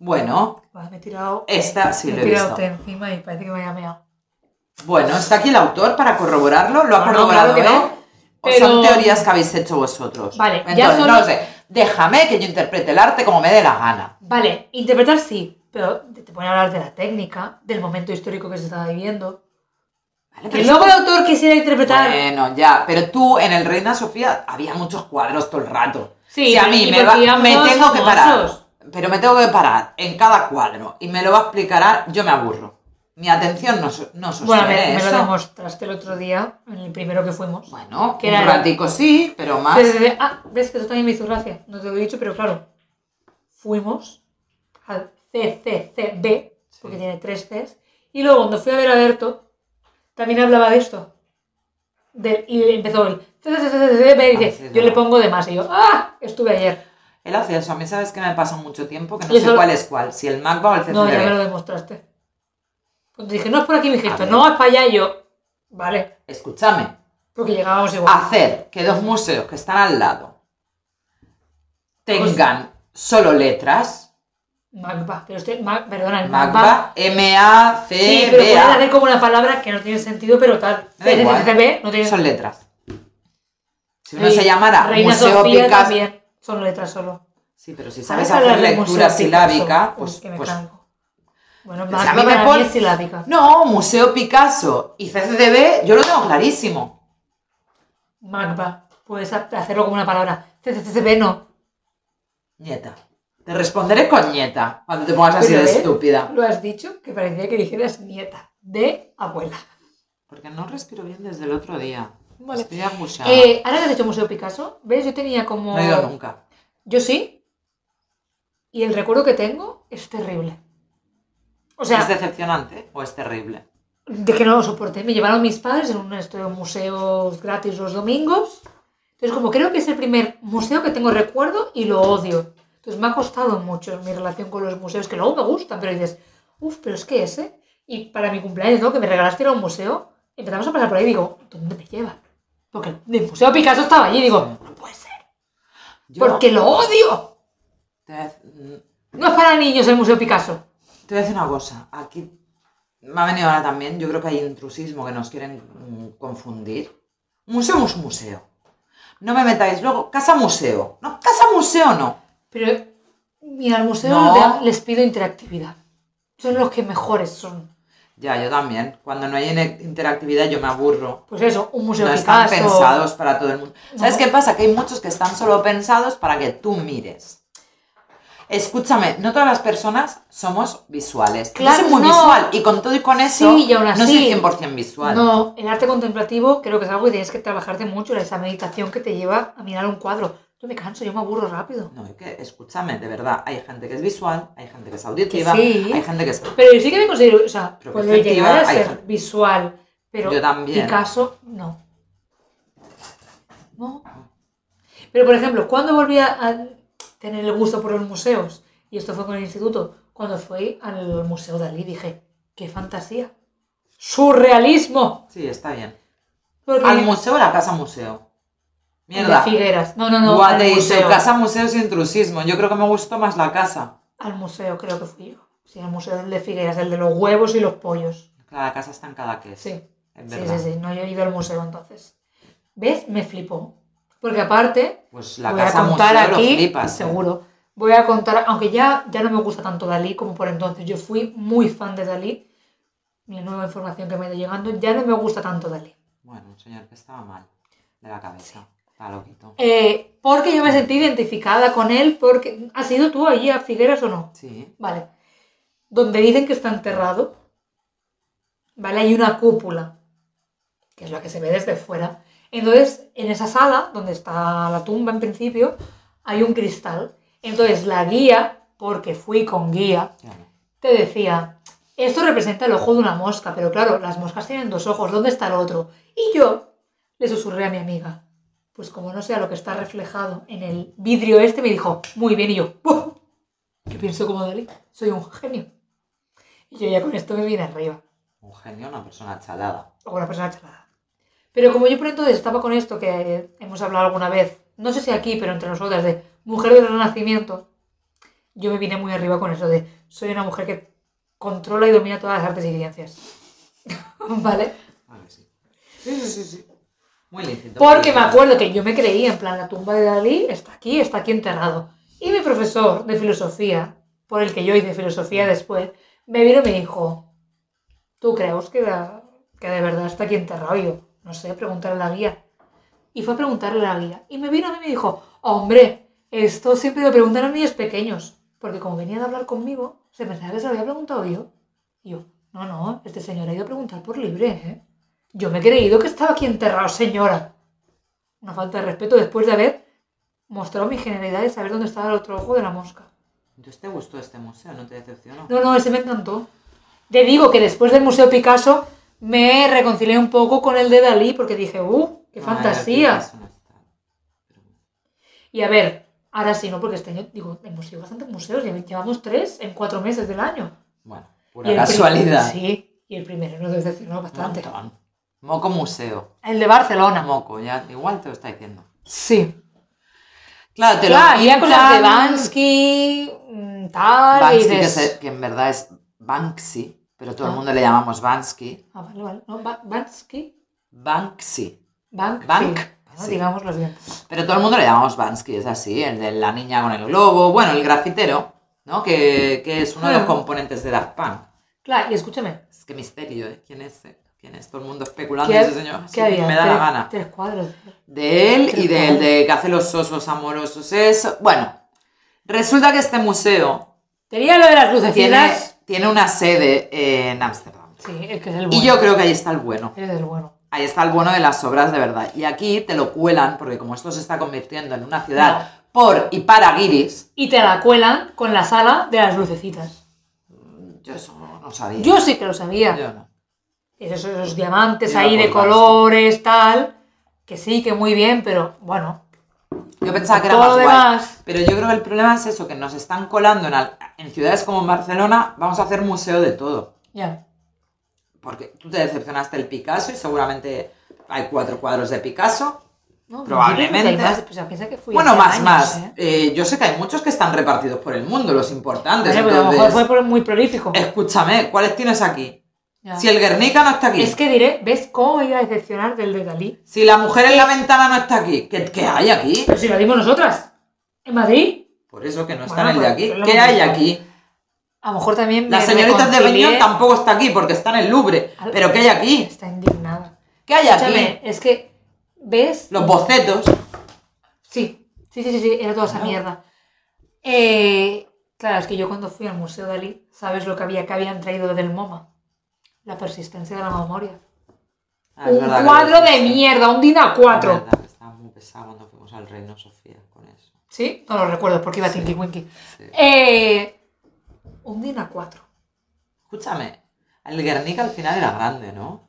[SPEAKER 1] Bueno,
[SPEAKER 2] Buah, Pues me he tirado.
[SPEAKER 1] esta sí
[SPEAKER 2] me
[SPEAKER 1] lo
[SPEAKER 2] he
[SPEAKER 1] he
[SPEAKER 2] tirado
[SPEAKER 1] visto.
[SPEAKER 2] té encima y parece que me haya meado.
[SPEAKER 1] Bueno, está aquí el autor para corroborarlo, lo ha
[SPEAKER 2] No, no,
[SPEAKER 1] corroborado
[SPEAKER 2] claro que no,
[SPEAKER 1] él. O
[SPEAKER 2] pero-
[SPEAKER 1] son teorías que habéis hecho vosotros.
[SPEAKER 2] Vale, ya
[SPEAKER 1] Entonces,
[SPEAKER 2] solo-
[SPEAKER 1] no lo sé. Déjame que yo interprete el arte como me dé la gana.
[SPEAKER 2] Vale, interpretar sí, pero te pone a hablar de la técnica, del momento histórico que se estaba viviendo.
[SPEAKER 1] Vale,
[SPEAKER 2] Que
[SPEAKER 1] pero
[SPEAKER 2] luego el autor quisiera interpretar.
[SPEAKER 1] Bueno, ya, pero tú en el Reina Sofía había muchos cuadros todo el rato.
[SPEAKER 2] Sí,
[SPEAKER 1] si a
[SPEAKER 2] y
[SPEAKER 1] mí me,
[SPEAKER 2] porque
[SPEAKER 1] va-
[SPEAKER 2] eran
[SPEAKER 1] me
[SPEAKER 2] todos
[SPEAKER 1] tengo que parar,
[SPEAKER 2] famosos.
[SPEAKER 1] pero me tengo que parar en cada cuadro y me lo va a explicar, a- yo me aburro. Mi atención no, so- no sostiene
[SPEAKER 2] Bueno, me, me
[SPEAKER 1] pues, eso.
[SPEAKER 2] lo demostraste el otro día, en el primero que fuimos.
[SPEAKER 1] Bueno,
[SPEAKER 2] Que
[SPEAKER 1] un
[SPEAKER 2] era-
[SPEAKER 1] ratico sí, pero más.
[SPEAKER 2] Desde- desde- ah, ves que eso también me hizo gracia, no te lo he dicho, pero claro, fuimos al CCCB, porque
[SPEAKER 1] Sí.
[SPEAKER 2] tiene tres Cs, y luego cuando fui a ver a Berto, también hablaba de esto. Del- y empezó el CCCB y
[SPEAKER 1] Ah, sí,
[SPEAKER 2] dice,
[SPEAKER 1] es
[SPEAKER 2] yo le
[SPEAKER 1] verdad.
[SPEAKER 2] pongo de más, y yo, ¡ah! Estuve ayer.
[SPEAKER 1] Él hace eso, a mí sabes que me pasa mucho tiempo que no
[SPEAKER 2] Yo
[SPEAKER 1] sé
[SPEAKER 2] solo-
[SPEAKER 1] cuál es cuál, si el Macba o el CCD.
[SPEAKER 2] No, ya me lo demostraste. Cuando dije, no es por aquí, mi gesto,
[SPEAKER 1] ver.
[SPEAKER 2] no, es para allá, y yo, vale,
[SPEAKER 1] Escúchame,
[SPEAKER 2] porque llegábamos igual.
[SPEAKER 1] hacer que dos museos que están al lado
[SPEAKER 2] Pues-
[SPEAKER 1] tengan solo letras,
[SPEAKER 2] Magba, pero usted, Mag- perdona, el Magba
[SPEAKER 1] Magba, M-A-C,
[SPEAKER 2] Sí, pero
[SPEAKER 1] B,
[SPEAKER 2] pueden
[SPEAKER 1] A.
[SPEAKER 2] hacer como una palabra que no tiene sentido, pero tal.
[SPEAKER 1] Eh, Da igual.
[SPEAKER 2] CCCB no tiene
[SPEAKER 1] Son letras. Si uno
[SPEAKER 2] Sí,
[SPEAKER 1] se llamara
[SPEAKER 2] Reina
[SPEAKER 1] Museo
[SPEAKER 2] Sofía
[SPEAKER 1] Picasso.
[SPEAKER 2] también. Son letras solo.
[SPEAKER 1] Sí, pero si sabes hacer
[SPEAKER 2] Ahora hablar de
[SPEAKER 1] lectura
[SPEAKER 2] Museo Picasso.
[SPEAKER 1] silábica,
[SPEAKER 2] Uy,
[SPEAKER 1] pues.
[SPEAKER 2] que me
[SPEAKER 1] pues-
[SPEAKER 2] cango. Bueno,
[SPEAKER 1] si
[SPEAKER 2] más
[SPEAKER 1] a mí me
[SPEAKER 2] para mí
[SPEAKER 1] pon-
[SPEAKER 2] es silábica.
[SPEAKER 1] no, Museo Picasso y CCDB, yo lo tengo clarísimo.
[SPEAKER 2] Magba. Puedes ha- hacerlo como una palabra. CCCB no.
[SPEAKER 1] Nieta. Te responderé con nieta cuando te pongas así
[SPEAKER 2] Pero,
[SPEAKER 1] de
[SPEAKER 2] ¿eh?
[SPEAKER 1] estúpida.
[SPEAKER 2] Lo has dicho que parecía que dijeras nieta de abuela.
[SPEAKER 1] Porque no respiro bien desde el otro día.
[SPEAKER 2] Vale.
[SPEAKER 1] Estoy angustiada.
[SPEAKER 2] Eh, ahora que has hecho Museo Picasso, ¿ves? Yo tenía como.
[SPEAKER 1] Ah. no he ido nunca.
[SPEAKER 2] Yo sí. Y el recuerdo que tengo es terrible. O sea,
[SPEAKER 1] ¿Es decepcionante o es terrible?
[SPEAKER 2] de que no lo soporté. Me llevaron mis padres en un museo museos gratis los domingos. Entonces, como creo que es el primer museo que tengo recuerdo y lo odio. Entonces, me ha costado mucho mi relación con los museos, que luego me gustan, pero dices, uff, pero es que ese. Y para mi cumpleaños, ¿no? Que me regalaste ir a un museo, empezamos a pasar por ahí y digo, ¿dónde me lleva? Porque el Museo Picasso estaba allí y digo, no puede ser,
[SPEAKER 1] Yo
[SPEAKER 2] porque lo odio.
[SPEAKER 1] te voy a dec-
[SPEAKER 2] No es para niños el Museo Picasso.
[SPEAKER 1] Te voy a decir una cosa, aquí me ha venido ahora también, yo creo que hay intrusismo que nos quieren mm, confundir. Museo es museo. No me metáis luego, casa museo. No, casa museo no.
[SPEAKER 2] Pero, mira, al museo
[SPEAKER 1] No.
[SPEAKER 2] le- les pido interactividad. Son los que mejores son.
[SPEAKER 1] Ya, yo también. Cuando no hay ine- interactividad yo me aburro.
[SPEAKER 2] Pues eso, un museo
[SPEAKER 1] No
[SPEAKER 2] Picasso.
[SPEAKER 1] están pensados para todo el mundo. ¿Sabes
[SPEAKER 2] No.
[SPEAKER 1] qué pasa? Que hay muchos que están solo pensados para que tú mires. Escúchame, no todas las personas somos visuales. yo
[SPEAKER 2] Claro,
[SPEAKER 1] soy muy
[SPEAKER 2] no.
[SPEAKER 1] visual y con todo y con eso
[SPEAKER 2] Sí, y aún
[SPEAKER 1] no
[SPEAKER 2] así.
[SPEAKER 1] soy 100% visual.
[SPEAKER 2] No, el arte contemplativo creo que es algo que tienes que trabajarte mucho, esa meditación que te lleva a mirar un cuadro. Yo me canso, yo me aburro rápido.
[SPEAKER 1] No, es que escúchame, de verdad, hay gente que es visual, hay gente que es auditiva,
[SPEAKER 2] Que sí.
[SPEAKER 1] hay gente que es...
[SPEAKER 2] Pero yo sí que me considero, o sea,
[SPEAKER 1] Pero
[SPEAKER 2] puedo
[SPEAKER 1] perspectiva,
[SPEAKER 2] llegar a
[SPEAKER 1] hay
[SPEAKER 2] ser
[SPEAKER 1] gente-
[SPEAKER 2] visual, pero
[SPEAKER 1] Yo también.
[SPEAKER 2] Picasso no. No. Pero por ejemplo, cuando volví a, a tener el gusto por los museos, y esto fue con el instituto, cuando fui al Museo Dalí dije, qué fantasía. Surrealismo.
[SPEAKER 1] Sí, está bien.
[SPEAKER 2] Porque-
[SPEAKER 1] Al museo, la casa museo.
[SPEAKER 2] El
[SPEAKER 1] Mierda.
[SPEAKER 2] De Figueras. No, no, no.
[SPEAKER 1] Guate
[SPEAKER 2] al,
[SPEAKER 1] dice,
[SPEAKER 2] museo.
[SPEAKER 1] casa museo es intrusismo. Yo creo que me gustó más la casa.
[SPEAKER 2] Al museo creo que fui yo. Sí, al museo de Figueras, el de los huevos y los pollos.
[SPEAKER 1] Claro, la casa está en cada que es.
[SPEAKER 2] Sí.
[SPEAKER 1] Es
[SPEAKER 2] Sí,
[SPEAKER 1] verdad.
[SPEAKER 2] sí, sí. No, yo he ido al museo entonces. ¿Ves? Me flipó. Porque aparte,
[SPEAKER 1] Pues la
[SPEAKER 2] voy
[SPEAKER 1] casa
[SPEAKER 2] a contar
[SPEAKER 1] museo
[SPEAKER 2] aquí,
[SPEAKER 1] lo flipas. ¿eh?
[SPEAKER 2] seguro. Voy a contar, aunque ya, ya no me gusta tanto Dalí como por entonces. Yo fui muy fan de Dalí. Mi nueva información que me está llegando, ya no me gusta tanto Dalí.
[SPEAKER 1] Bueno, un señor que estaba mal de la cabeza. Está loquito.
[SPEAKER 2] Eh, porque yo me sentí identificada con él, porque... ¿Has ido tú allí a Figueras o no?
[SPEAKER 1] Sí.
[SPEAKER 2] Vale. Donde dicen que está enterrado, ¿vale? Hay una cúpula, que es la que se ve desde fuera. Entonces, en esa sala, donde está la tumba en principio, hay un cristal. Entonces, la guía, porque fui con guía,
[SPEAKER 1] Claro.
[SPEAKER 2] te decía, esto representa el ojo de una mosca, pero claro, las moscas tienen dos ojos, ¿dónde está el otro? Y yo le susurré a mi amiga, pues como no sea lo que está reflejado en el vidrio este, me dijo, muy bien, y yo, "Buah, que pienso como Dalí, soy un genio. Y yo ya con esto me vine arriba,
[SPEAKER 1] Un genio, una persona chalada.
[SPEAKER 2] o una persona charlada. Pero como yo por entonces estaba con esto que eh, hemos hablado alguna vez, no sé si aquí, pero entre nosotras, de mujer del renacimiento, yo me vine muy arriba con eso de soy una mujer que controla y domina todas las artes y ciencias. ¿Vale?
[SPEAKER 1] Ah, que sí. Sí, sí, sí, sí. Muy lícito.
[SPEAKER 2] Porque me acuerdo que yo me creí, en plan, la tumba de Dalí está aquí, está aquí enterrado. Y mi profesor de filosofía, por el que yo hice filosofía después, me vino y me dijo, ¿tú crees que, la- que de verdad está aquí enterrado? Y yo, no sé, preguntarle a la guía. Y fue a preguntarle a la guía. Y me vino a mí y me dijo, hombre, esto siempre lo preguntan a niños pequeños. Porque como venía de hablar conmigo, se pensaba que se lo había preguntado yo. Y yo, no, no, este señor ha ido a preguntar por libre, ¿eh? Yo me he creído que estaba aquí enterrado, señora. Una falta de respeto después de haber mostrado mi genialidad de saber dónde estaba el otro ojo de la mosca.
[SPEAKER 1] Entonces te gustó este museo, no te decepcionó.
[SPEAKER 2] No, no, ese me encantó. Te digo que después del Museo Picasso me reconcilié un poco con el de Dalí porque dije, ¡uh! ¡Qué
[SPEAKER 1] Ah,
[SPEAKER 2] fantasía!
[SPEAKER 1] era Picasso, no está. Pero bueno.
[SPEAKER 2] Y a ver, ahora sí, ¿no? Porque este año, digo, hemos ido a bastantes museos, lle- llevamos tres en cuatro meses del año.
[SPEAKER 1] Bueno,
[SPEAKER 2] Y
[SPEAKER 1] pura
[SPEAKER 2] el pri-
[SPEAKER 1] casualidad.
[SPEAKER 2] Sí, y el primero nos decepcionó
[SPEAKER 1] Un
[SPEAKER 2] bastante.
[SPEAKER 1] montón. Moco museo.
[SPEAKER 2] El de Barcelona.
[SPEAKER 1] Moco, ya igual te lo está diciendo.
[SPEAKER 2] Sí.
[SPEAKER 1] Claro, te
[SPEAKER 2] Claro,
[SPEAKER 1] lo
[SPEAKER 2] había cosas de
[SPEAKER 1] pintan.
[SPEAKER 2] Bansky, mm, tal, y
[SPEAKER 1] Bansky,
[SPEAKER 2] de...
[SPEAKER 1] que, se- que en verdad es Banksy, pero todo
[SPEAKER 2] Ah.
[SPEAKER 1] el mundo le llamamos Bansky.
[SPEAKER 2] Ah, vale, vale. No, Ba- Bansky.
[SPEAKER 1] Banksy.
[SPEAKER 2] Bank.
[SPEAKER 1] Bank,
[SPEAKER 2] sí. Ah,
[SPEAKER 1] sí.
[SPEAKER 2] Digámoslo bien.
[SPEAKER 1] Pero todo el mundo le llamamos Bansky, es así, el de la niña con el globo, bueno, el grafitero, ¿no? Que, que es uno de los
[SPEAKER 2] Claro.
[SPEAKER 1] componentes de Daft Punk.
[SPEAKER 2] Claro, y escúchame.
[SPEAKER 1] Es que misterio, ¿eh? ¿Quién es? eh? ¿Quién es? Todo el mundo especulando
[SPEAKER 2] ¿qué-
[SPEAKER 1] ese señor.
[SPEAKER 2] qué
[SPEAKER 1] Sí,
[SPEAKER 2] había?
[SPEAKER 1] me da la
[SPEAKER 2] Tres-
[SPEAKER 1] gana.
[SPEAKER 2] Tres cuadros.
[SPEAKER 1] De él y
[SPEAKER 2] Tres
[SPEAKER 1] del
[SPEAKER 2] cuadros.
[SPEAKER 1] de que hace los osos amorosos, eso. Bueno, resulta que este museo
[SPEAKER 2] Tenía lo de las
[SPEAKER 1] tiene,
[SPEAKER 2] lucecitas.
[SPEAKER 1] tiene una sede en Ámsterdam.
[SPEAKER 2] Sí, es que es el bueno.
[SPEAKER 1] Y yo creo que ahí está el bueno.
[SPEAKER 2] Eres el bueno.
[SPEAKER 1] Ahí está el bueno de las obras de verdad. Y aquí te lo cuelan, porque como esto se está convirtiendo en una ciudad por y para guiris,
[SPEAKER 2] Y te la cuelan con la sala de las lucecitas.
[SPEAKER 1] yo eso no, no sabía.
[SPEAKER 2] Yo sí que lo sabía.
[SPEAKER 1] Yo no.
[SPEAKER 2] Esos, esos diamantes
[SPEAKER 1] Yo
[SPEAKER 2] ahí
[SPEAKER 1] no
[SPEAKER 2] de
[SPEAKER 1] colgaba, sí.
[SPEAKER 2] colores, tal. Que sí, que muy bien, pero bueno.
[SPEAKER 1] Yo pensaba que era
[SPEAKER 2] Todo
[SPEAKER 1] más
[SPEAKER 2] lo
[SPEAKER 1] guay.
[SPEAKER 2] demás.
[SPEAKER 1] Pero yo creo que el problema es eso, que nos están colando en, al- en ciudades como Barcelona, vamos a hacer museo de todo.
[SPEAKER 2] Ya. pues
[SPEAKER 1] Porque tú te decepcionaste el Picasso y seguramente hay cuatro cuadros de Picasso.
[SPEAKER 2] No,
[SPEAKER 1] Probablemente.
[SPEAKER 2] no sé, Pues, ya piensa que fui
[SPEAKER 1] bueno,
[SPEAKER 2] hace
[SPEAKER 1] más,
[SPEAKER 2] años,
[SPEAKER 1] más.
[SPEAKER 2] ¿eh?
[SPEAKER 1] Eh, yo sé que hay muchos que están repartidos por el mundo, los importantes.
[SPEAKER 2] Vale, pues a lo mejor
[SPEAKER 1] entonces-
[SPEAKER 2] fue por- muy prolífico.
[SPEAKER 1] Escúchame, ¿cuáles tienes aquí?
[SPEAKER 2] Ya.
[SPEAKER 1] Si el Guernica no está aquí.
[SPEAKER 2] Es que diré, ¿ves cómo me iba a decepcionar del de Dalí?
[SPEAKER 1] Si la mujer en la ventana no está aquí, ¿qué, qué hay aquí?
[SPEAKER 2] Pero si lo dimos nosotras. ¿En Madrid?
[SPEAKER 1] Por eso que no está
[SPEAKER 2] Bueno,
[SPEAKER 1] en el de
[SPEAKER 2] pero-
[SPEAKER 1] aquí.
[SPEAKER 2] pero lo
[SPEAKER 1] ¿Qué
[SPEAKER 2] hemos
[SPEAKER 1] hay
[SPEAKER 2] visto.
[SPEAKER 1] aquí?
[SPEAKER 2] A lo mejor también.
[SPEAKER 1] Las
[SPEAKER 2] me
[SPEAKER 1] señoritas de
[SPEAKER 2] reconcilié.
[SPEAKER 1] Beñón tampoco está aquí porque está en el Louvre.
[SPEAKER 2] Al-
[SPEAKER 1] Pero ¿qué hay aquí?
[SPEAKER 2] Está indignada.
[SPEAKER 1] ¿Qué hay aquí?
[SPEAKER 2] Escúchame, es que. ¿Ves?
[SPEAKER 1] Los bocetos.
[SPEAKER 2] Sí. Sí, sí, sí, sí, era toda esa
[SPEAKER 1] Claro.
[SPEAKER 2] mierda. Eh, claro, es que yo cuando fui al Museo Dalí, ¿sabes lo que había que habían traído del MoMA? La persistencia de la memoria.
[SPEAKER 1] Ah, es
[SPEAKER 2] un
[SPEAKER 1] verdad que
[SPEAKER 2] cuadro
[SPEAKER 1] lo
[SPEAKER 2] de
[SPEAKER 1] dijiste.
[SPEAKER 2] mierda, un DIN
[SPEAKER 1] Es
[SPEAKER 2] A4.
[SPEAKER 1] verdad, Estaba muy pesado cuando fuimos al Reino Sofía con eso.
[SPEAKER 2] ¿Sí? No lo recuerdo porque iba
[SPEAKER 1] Sí.
[SPEAKER 2] Tinky Winky.
[SPEAKER 1] Sí.
[SPEAKER 2] Eh, un DIN A4.
[SPEAKER 1] Escúchame, el Guernica al final era grande, ¿no?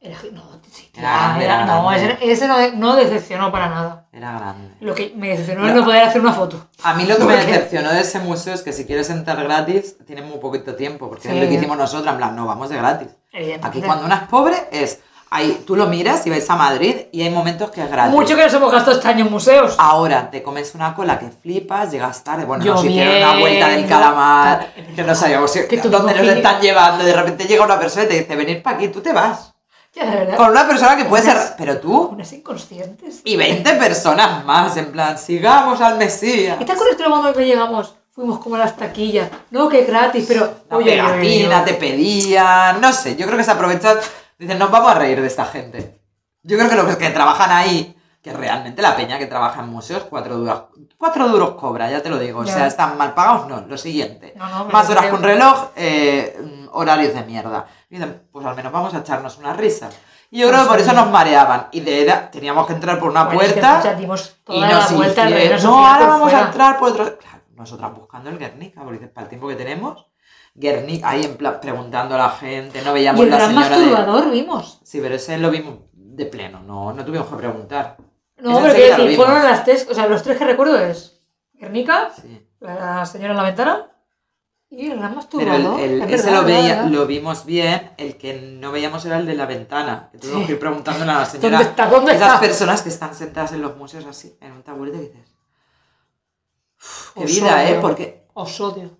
[SPEAKER 2] Era, no, sí,
[SPEAKER 1] Era
[SPEAKER 2] tía,
[SPEAKER 1] grande,
[SPEAKER 2] era-
[SPEAKER 1] Ah, era
[SPEAKER 2] no,
[SPEAKER 1] grande.
[SPEAKER 2] ese, ese no, de- no decepcionó para nada.
[SPEAKER 1] Era grande.
[SPEAKER 2] Lo que me decepcionó
[SPEAKER 1] No.
[SPEAKER 2] es no poder hacer una foto.
[SPEAKER 1] A mí lo que me
[SPEAKER 2] ¿Por qué?
[SPEAKER 1] decepcionó de ese museo es que si quieres entrar gratis, tienes muy poquito tiempo, porque es
[SPEAKER 2] Sí.
[SPEAKER 1] lo que hicimos nosotros, en plan, no, vamos de gratis. Aquí
[SPEAKER 2] Evidentemente.
[SPEAKER 1] cuando una es pobre es, ahí, tú lo miras y vais a Madrid y hay momentos que es gratis.
[SPEAKER 2] Mucho que nos hemos gastado este año en museos.
[SPEAKER 1] Ahora te comes una cola que flipas, llegas tarde, bueno, nos hicieron
[SPEAKER 2] Lloviendo,
[SPEAKER 1] una vuelta del calamar,
[SPEAKER 2] tal, es
[SPEAKER 1] que no
[SPEAKER 2] verdad,
[SPEAKER 1] sabíamos si-
[SPEAKER 2] que tuvimos
[SPEAKER 1] dónde nos
[SPEAKER 2] que-
[SPEAKER 1] están llevando, de repente llega una persona y te dice, venir para aquí, tú te vas.
[SPEAKER 2] Ya, la verdad.
[SPEAKER 1] Con una persona que puede ser,
[SPEAKER 2] Unas-
[SPEAKER 1] pero tú
[SPEAKER 2] Unas inconscientes.
[SPEAKER 1] y 20 personas más, en plan, sigamos al Mesías.
[SPEAKER 2] ¿Estás con esto cuando llegamos? Fuimos como a las taquillas. No, que es gratis, pero.
[SPEAKER 1] La
[SPEAKER 2] Oye, oye, oye,
[SPEAKER 1] pegatina
[SPEAKER 2] oye.
[SPEAKER 1] te pedían, no sé, yo creo que se aprovechan, dicen, nos vamos a reír de esta gente. Yo creo que los que trabajan ahí, que realmente la peña que trabaja en museos, cuatro duros, cuatro duros cobra, ya te lo digo,
[SPEAKER 2] Ya.
[SPEAKER 1] o sea, están mal pagados, no, lo siguiente.
[SPEAKER 2] No, no, me
[SPEAKER 1] Más
[SPEAKER 2] lo
[SPEAKER 1] horas
[SPEAKER 2] creo.
[SPEAKER 1] con reloj, eh, mm, horarios de mierda. Y dicen, pues al menos vamos a echarnos una risa. Y yo creo que por eso nos mareaban. Y de era, teníamos que entrar por una
[SPEAKER 2] Bueno, es que,
[SPEAKER 1] puerta.
[SPEAKER 2] escucha, dimos
[SPEAKER 1] y
[SPEAKER 2] toda
[SPEAKER 1] nos
[SPEAKER 2] la vuelta al
[SPEAKER 1] hicieron,
[SPEAKER 2] Reina
[SPEAKER 1] no,
[SPEAKER 2] Sofía
[SPEAKER 1] ahora
[SPEAKER 2] por
[SPEAKER 1] vamos
[SPEAKER 2] fuera".
[SPEAKER 1] a entrar por otro. Claro, nosotras buscando el Guernica, porque dices, para el tiempo que tenemos, Guernica, ahí en plan preguntando a la gente, no
[SPEAKER 2] Y
[SPEAKER 1] veíamos
[SPEAKER 2] el
[SPEAKER 1] la
[SPEAKER 2] gran
[SPEAKER 1] señora. de-
[SPEAKER 2] masturbador vimos.
[SPEAKER 1] Sí, pero ese lo vimos de pleno, no, no tuvimos que preguntar.
[SPEAKER 2] No,
[SPEAKER 1] Ese
[SPEAKER 2] pero
[SPEAKER 1] sí
[SPEAKER 2] quiero
[SPEAKER 1] que lo
[SPEAKER 2] decir,
[SPEAKER 1] vimos.
[SPEAKER 2] fueron las tres, o sea, los tres que recuerdo es Guernica,
[SPEAKER 1] Sí.
[SPEAKER 2] la señora en la ventana y el gran
[SPEAKER 1] Pero el-
[SPEAKER 2] masturbador.
[SPEAKER 1] el-
[SPEAKER 2] Es
[SPEAKER 1] ese
[SPEAKER 2] verdad,
[SPEAKER 1] lo,
[SPEAKER 2] verdad,
[SPEAKER 1] veía,
[SPEAKER 2] verdad.
[SPEAKER 1] lo vimos bien, el que no veíamos era el de la ventana. que Tuvimos
[SPEAKER 2] Sí.
[SPEAKER 1] que ir preguntándole a la
[SPEAKER 2] ¿Dónde
[SPEAKER 1] señora.
[SPEAKER 2] está? ¿Dónde
[SPEAKER 1] Esas
[SPEAKER 2] está?
[SPEAKER 1] personas que están sentadas en los museos así, en un taburete, que dices, qué
[SPEAKER 2] Os
[SPEAKER 1] vida, ¿eh?
[SPEAKER 2] odio,
[SPEAKER 1] Porque
[SPEAKER 2] Os odio.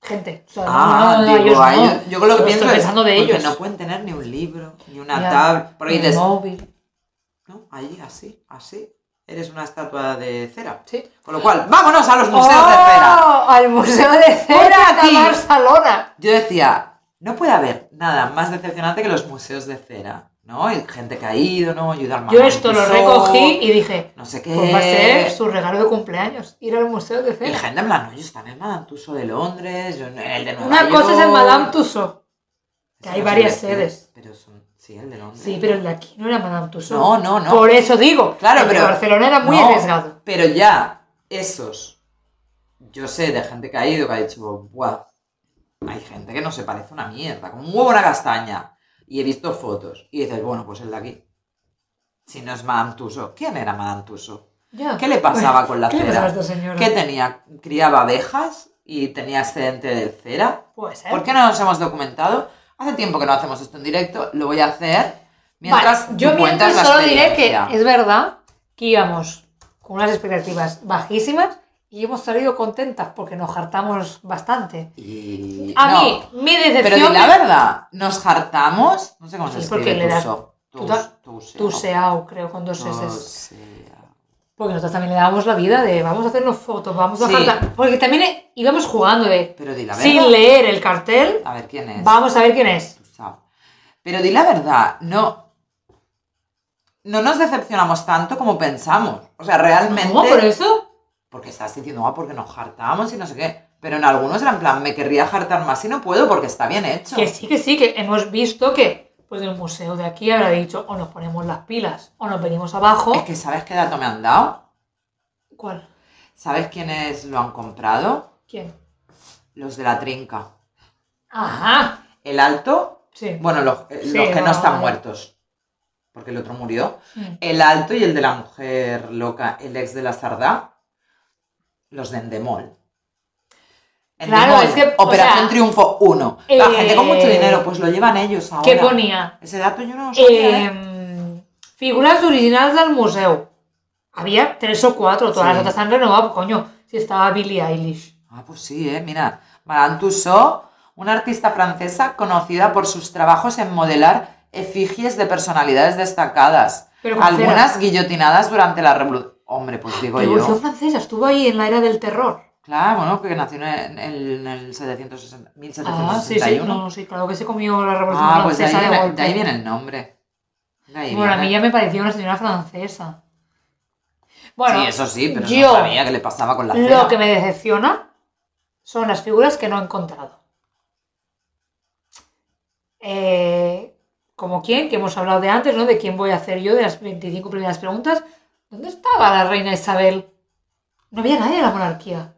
[SPEAKER 2] Gente. O sea,
[SPEAKER 1] Ah,
[SPEAKER 2] no, no, no,
[SPEAKER 1] digo,
[SPEAKER 2] ellos
[SPEAKER 1] a
[SPEAKER 2] no.
[SPEAKER 1] ellos- yo con lo que
[SPEAKER 2] Yo
[SPEAKER 1] pienso
[SPEAKER 2] estoy
[SPEAKER 1] es
[SPEAKER 2] pensando de
[SPEAKER 1] porque
[SPEAKER 2] ellos.
[SPEAKER 1] no pueden tener ni un libro, ni una
[SPEAKER 2] Ya.
[SPEAKER 1] tabla, porque
[SPEAKER 2] Ni el
[SPEAKER 1] dices,
[SPEAKER 2] móvil.
[SPEAKER 1] no, ahí, así, así, eres una estatua de cera.
[SPEAKER 2] Sí.
[SPEAKER 1] Con lo cual, vámonos a los museos de cera.
[SPEAKER 2] ¡Oh! Al museo de cera
[SPEAKER 1] Ponte aquí.
[SPEAKER 2] a Barcelona.
[SPEAKER 1] Yo decía, no puede haber nada más decepcionante que los museos de cera, ¿no? Y gente caído, ¿no? Ayudar más
[SPEAKER 2] Yo
[SPEAKER 1] al
[SPEAKER 2] esto lo
[SPEAKER 1] piso,
[SPEAKER 2] recogí y dije,
[SPEAKER 1] No sé qué.
[SPEAKER 2] pues va a ser su regalo de cumpleaños, ir al museo de
[SPEAKER 1] Y
[SPEAKER 2] cera.
[SPEAKER 1] gente en plan, no, yo estaba en el Madame Tussauds de Londres, yo en el de Nueva
[SPEAKER 2] Una cosa es el
[SPEAKER 1] York.
[SPEAKER 2] Madame Tussauds. que
[SPEAKER 1] Ese
[SPEAKER 2] hay
[SPEAKER 1] no sé
[SPEAKER 2] varias
[SPEAKER 1] qué decir,
[SPEAKER 2] sedes.
[SPEAKER 1] Pero son, sí, el de Londres.
[SPEAKER 2] Sí, pero el de aquí no era Madame Tussauds.
[SPEAKER 1] No, no, no.
[SPEAKER 2] Por eso digo,
[SPEAKER 1] Claro,
[SPEAKER 2] el de
[SPEAKER 1] pero-
[SPEAKER 2] Barcelona era muy
[SPEAKER 1] No,
[SPEAKER 2] arriesgado.
[SPEAKER 1] Pero ya, esos, yo sé de gente que ha ido que ha dicho, Buah, hay gente que no se parece una mierda, como un huevo a una castaña. Y he visto fotos y dices, bueno, pues el de aquí. Si no es Madame Tussauds, ¿quién era Madame Tussauds?
[SPEAKER 2] Ya.
[SPEAKER 1] ¿Qué le pasaba con la
[SPEAKER 2] ¿Qué le pasaba a
[SPEAKER 1] cera?
[SPEAKER 2] esta señora?
[SPEAKER 1] ¿Qué tenía? ¿Criaba abejas y tenía excedente de cera?
[SPEAKER 2] Puede ser.
[SPEAKER 1] ¿Por qué no nos hemos documentado? Hace tiempo que no hacemos esto en directo, lo voy a hacer mientras
[SPEAKER 2] Vale,
[SPEAKER 1] tú
[SPEAKER 2] yo
[SPEAKER 1] cuentas
[SPEAKER 2] mientras
[SPEAKER 1] la
[SPEAKER 2] solo diré que
[SPEAKER 1] experiencia.
[SPEAKER 2] es verdad que íbamos con unas expectativas bajísimas y hemos salido contentas porque nos hartamos bastante.
[SPEAKER 1] Y-
[SPEAKER 2] A
[SPEAKER 1] no.
[SPEAKER 2] mí, mi
[SPEAKER 1] Pero di
[SPEAKER 2] decepción
[SPEAKER 1] la verdad, nos hartamos. No sé cómo se
[SPEAKER 2] Sí,
[SPEAKER 1] escribe
[SPEAKER 2] porque le das-
[SPEAKER 1] tuso.
[SPEAKER 2] tú
[SPEAKER 1] Tus-
[SPEAKER 2] da-
[SPEAKER 1] tuseo.
[SPEAKER 2] tu SEAO, creo, con dos S.
[SPEAKER 1] Tosea.
[SPEAKER 2] Porque nosotros también le dábamos la vida de vamos a hacernos fotos, vamos a
[SPEAKER 1] Sí.
[SPEAKER 2] jartar. Porque también eh, íbamos jugando de
[SPEAKER 1] Pero di la verdad.
[SPEAKER 2] sin leer el cartel,
[SPEAKER 1] A ver quién es.
[SPEAKER 2] vamos a ver quién es.
[SPEAKER 1] Tusao. Pero di la verdad, no. No nos decepcionamos tanto como pensamos. O sea, realmente.
[SPEAKER 2] ¿Cómo por eso?
[SPEAKER 1] Porque estás diciendo, ah, porque nos hartamos y no sé qué. Pero en algunos eran en plan, me querría hartar más y no puedo porque está bien hecho.
[SPEAKER 2] Que sí, que sí, que hemos visto que pues el museo de aquí habrá dicho o nos ponemos las pilas o nos venimos abajo.
[SPEAKER 1] Es que ¿sabes qué dato me han dado?
[SPEAKER 2] ¿Cuál?
[SPEAKER 1] ¿Sabes quiénes lo han comprado?
[SPEAKER 2] ¿Quién?
[SPEAKER 1] Los de la trinca.
[SPEAKER 2] Ajá.
[SPEAKER 1] El alto
[SPEAKER 2] Sí.
[SPEAKER 1] Bueno, los, eh,
[SPEAKER 2] Sí,
[SPEAKER 1] los que no
[SPEAKER 2] no,
[SPEAKER 1] están
[SPEAKER 2] no.
[SPEAKER 1] muertos. Porque el otro murió.
[SPEAKER 2] Mm.
[SPEAKER 1] El alto y el de la mujer loca, el ex de la Sardá. Los de Endemol.
[SPEAKER 2] Claro,
[SPEAKER 1] Endemol,
[SPEAKER 2] es que, o
[SPEAKER 1] Operación
[SPEAKER 2] sea,
[SPEAKER 1] Triunfo 1. La
[SPEAKER 2] eh,
[SPEAKER 1] gente con mucho dinero, pues lo llevan ellos ahora.
[SPEAKER 2] Què ponia?
[SPEAKER 1] Ese dato yo no lo sabía. ¿eh?
[SPEAKER 2] Eh, figures originals del museu. Había tres o cuatro, todas
[SPEAKER 1] Sí.
[SPEAKER 2] las otras han renovado, coño. Si estaba Billie Eilish.
[SPEAKER 1] Ah, pues sí, eh, mira. Madame Tussaud, una artista francesa conocida por sus trabajos en modelar efigies de personalidades destacadas.
[SPEAKER 2] Pero con
[SPEAKER 1] Algunas guillotinadas durante la revolución. Hombre, pues digo
[SPEAKER 2] La
[SPEAKER 1] yo.
[SPEAKER 2] Revolución Francesa estuvo ahí en la era del terror.
[SPEAKER 1] Claro, bueno, porque nació en, el- en el 760,
[SPEAKER 2] Ah, sí, sí,
[SPEAKER 1] 1761.
[SPEAKER 2] no, sí, claro que se comió la Revolución
[SPEAKER 1] Ah, pues de ahí,
[SPEAKER 2] Francesa de
[SPEAKER 1] viene-
[SPEAKER 2] golpe.
[SPEAKER 1] de ahí viene el nombre. De ahí
[SPEAKER 2] Bueno, a
[SPEAKER 1] viene.
[SPEAKER 2] mí ya me parecía una señora francesa. Bueno,
[SPEAKER 1] sí, eso sí, pero
[SPEAKER 2] yo-
[SPEAKER 1] no sabía qué le pasaba con la cera.
[SPEAKER 2] Lo que me decepciona son las figuras que no he encontrado. Eh, como quién, que hemos hablado de antes, ¿no? De quién voy a hacer yo de las 25 primeras preguntas. ¿Dónde estaba la reina Isabel? No había nadie en la monarquía.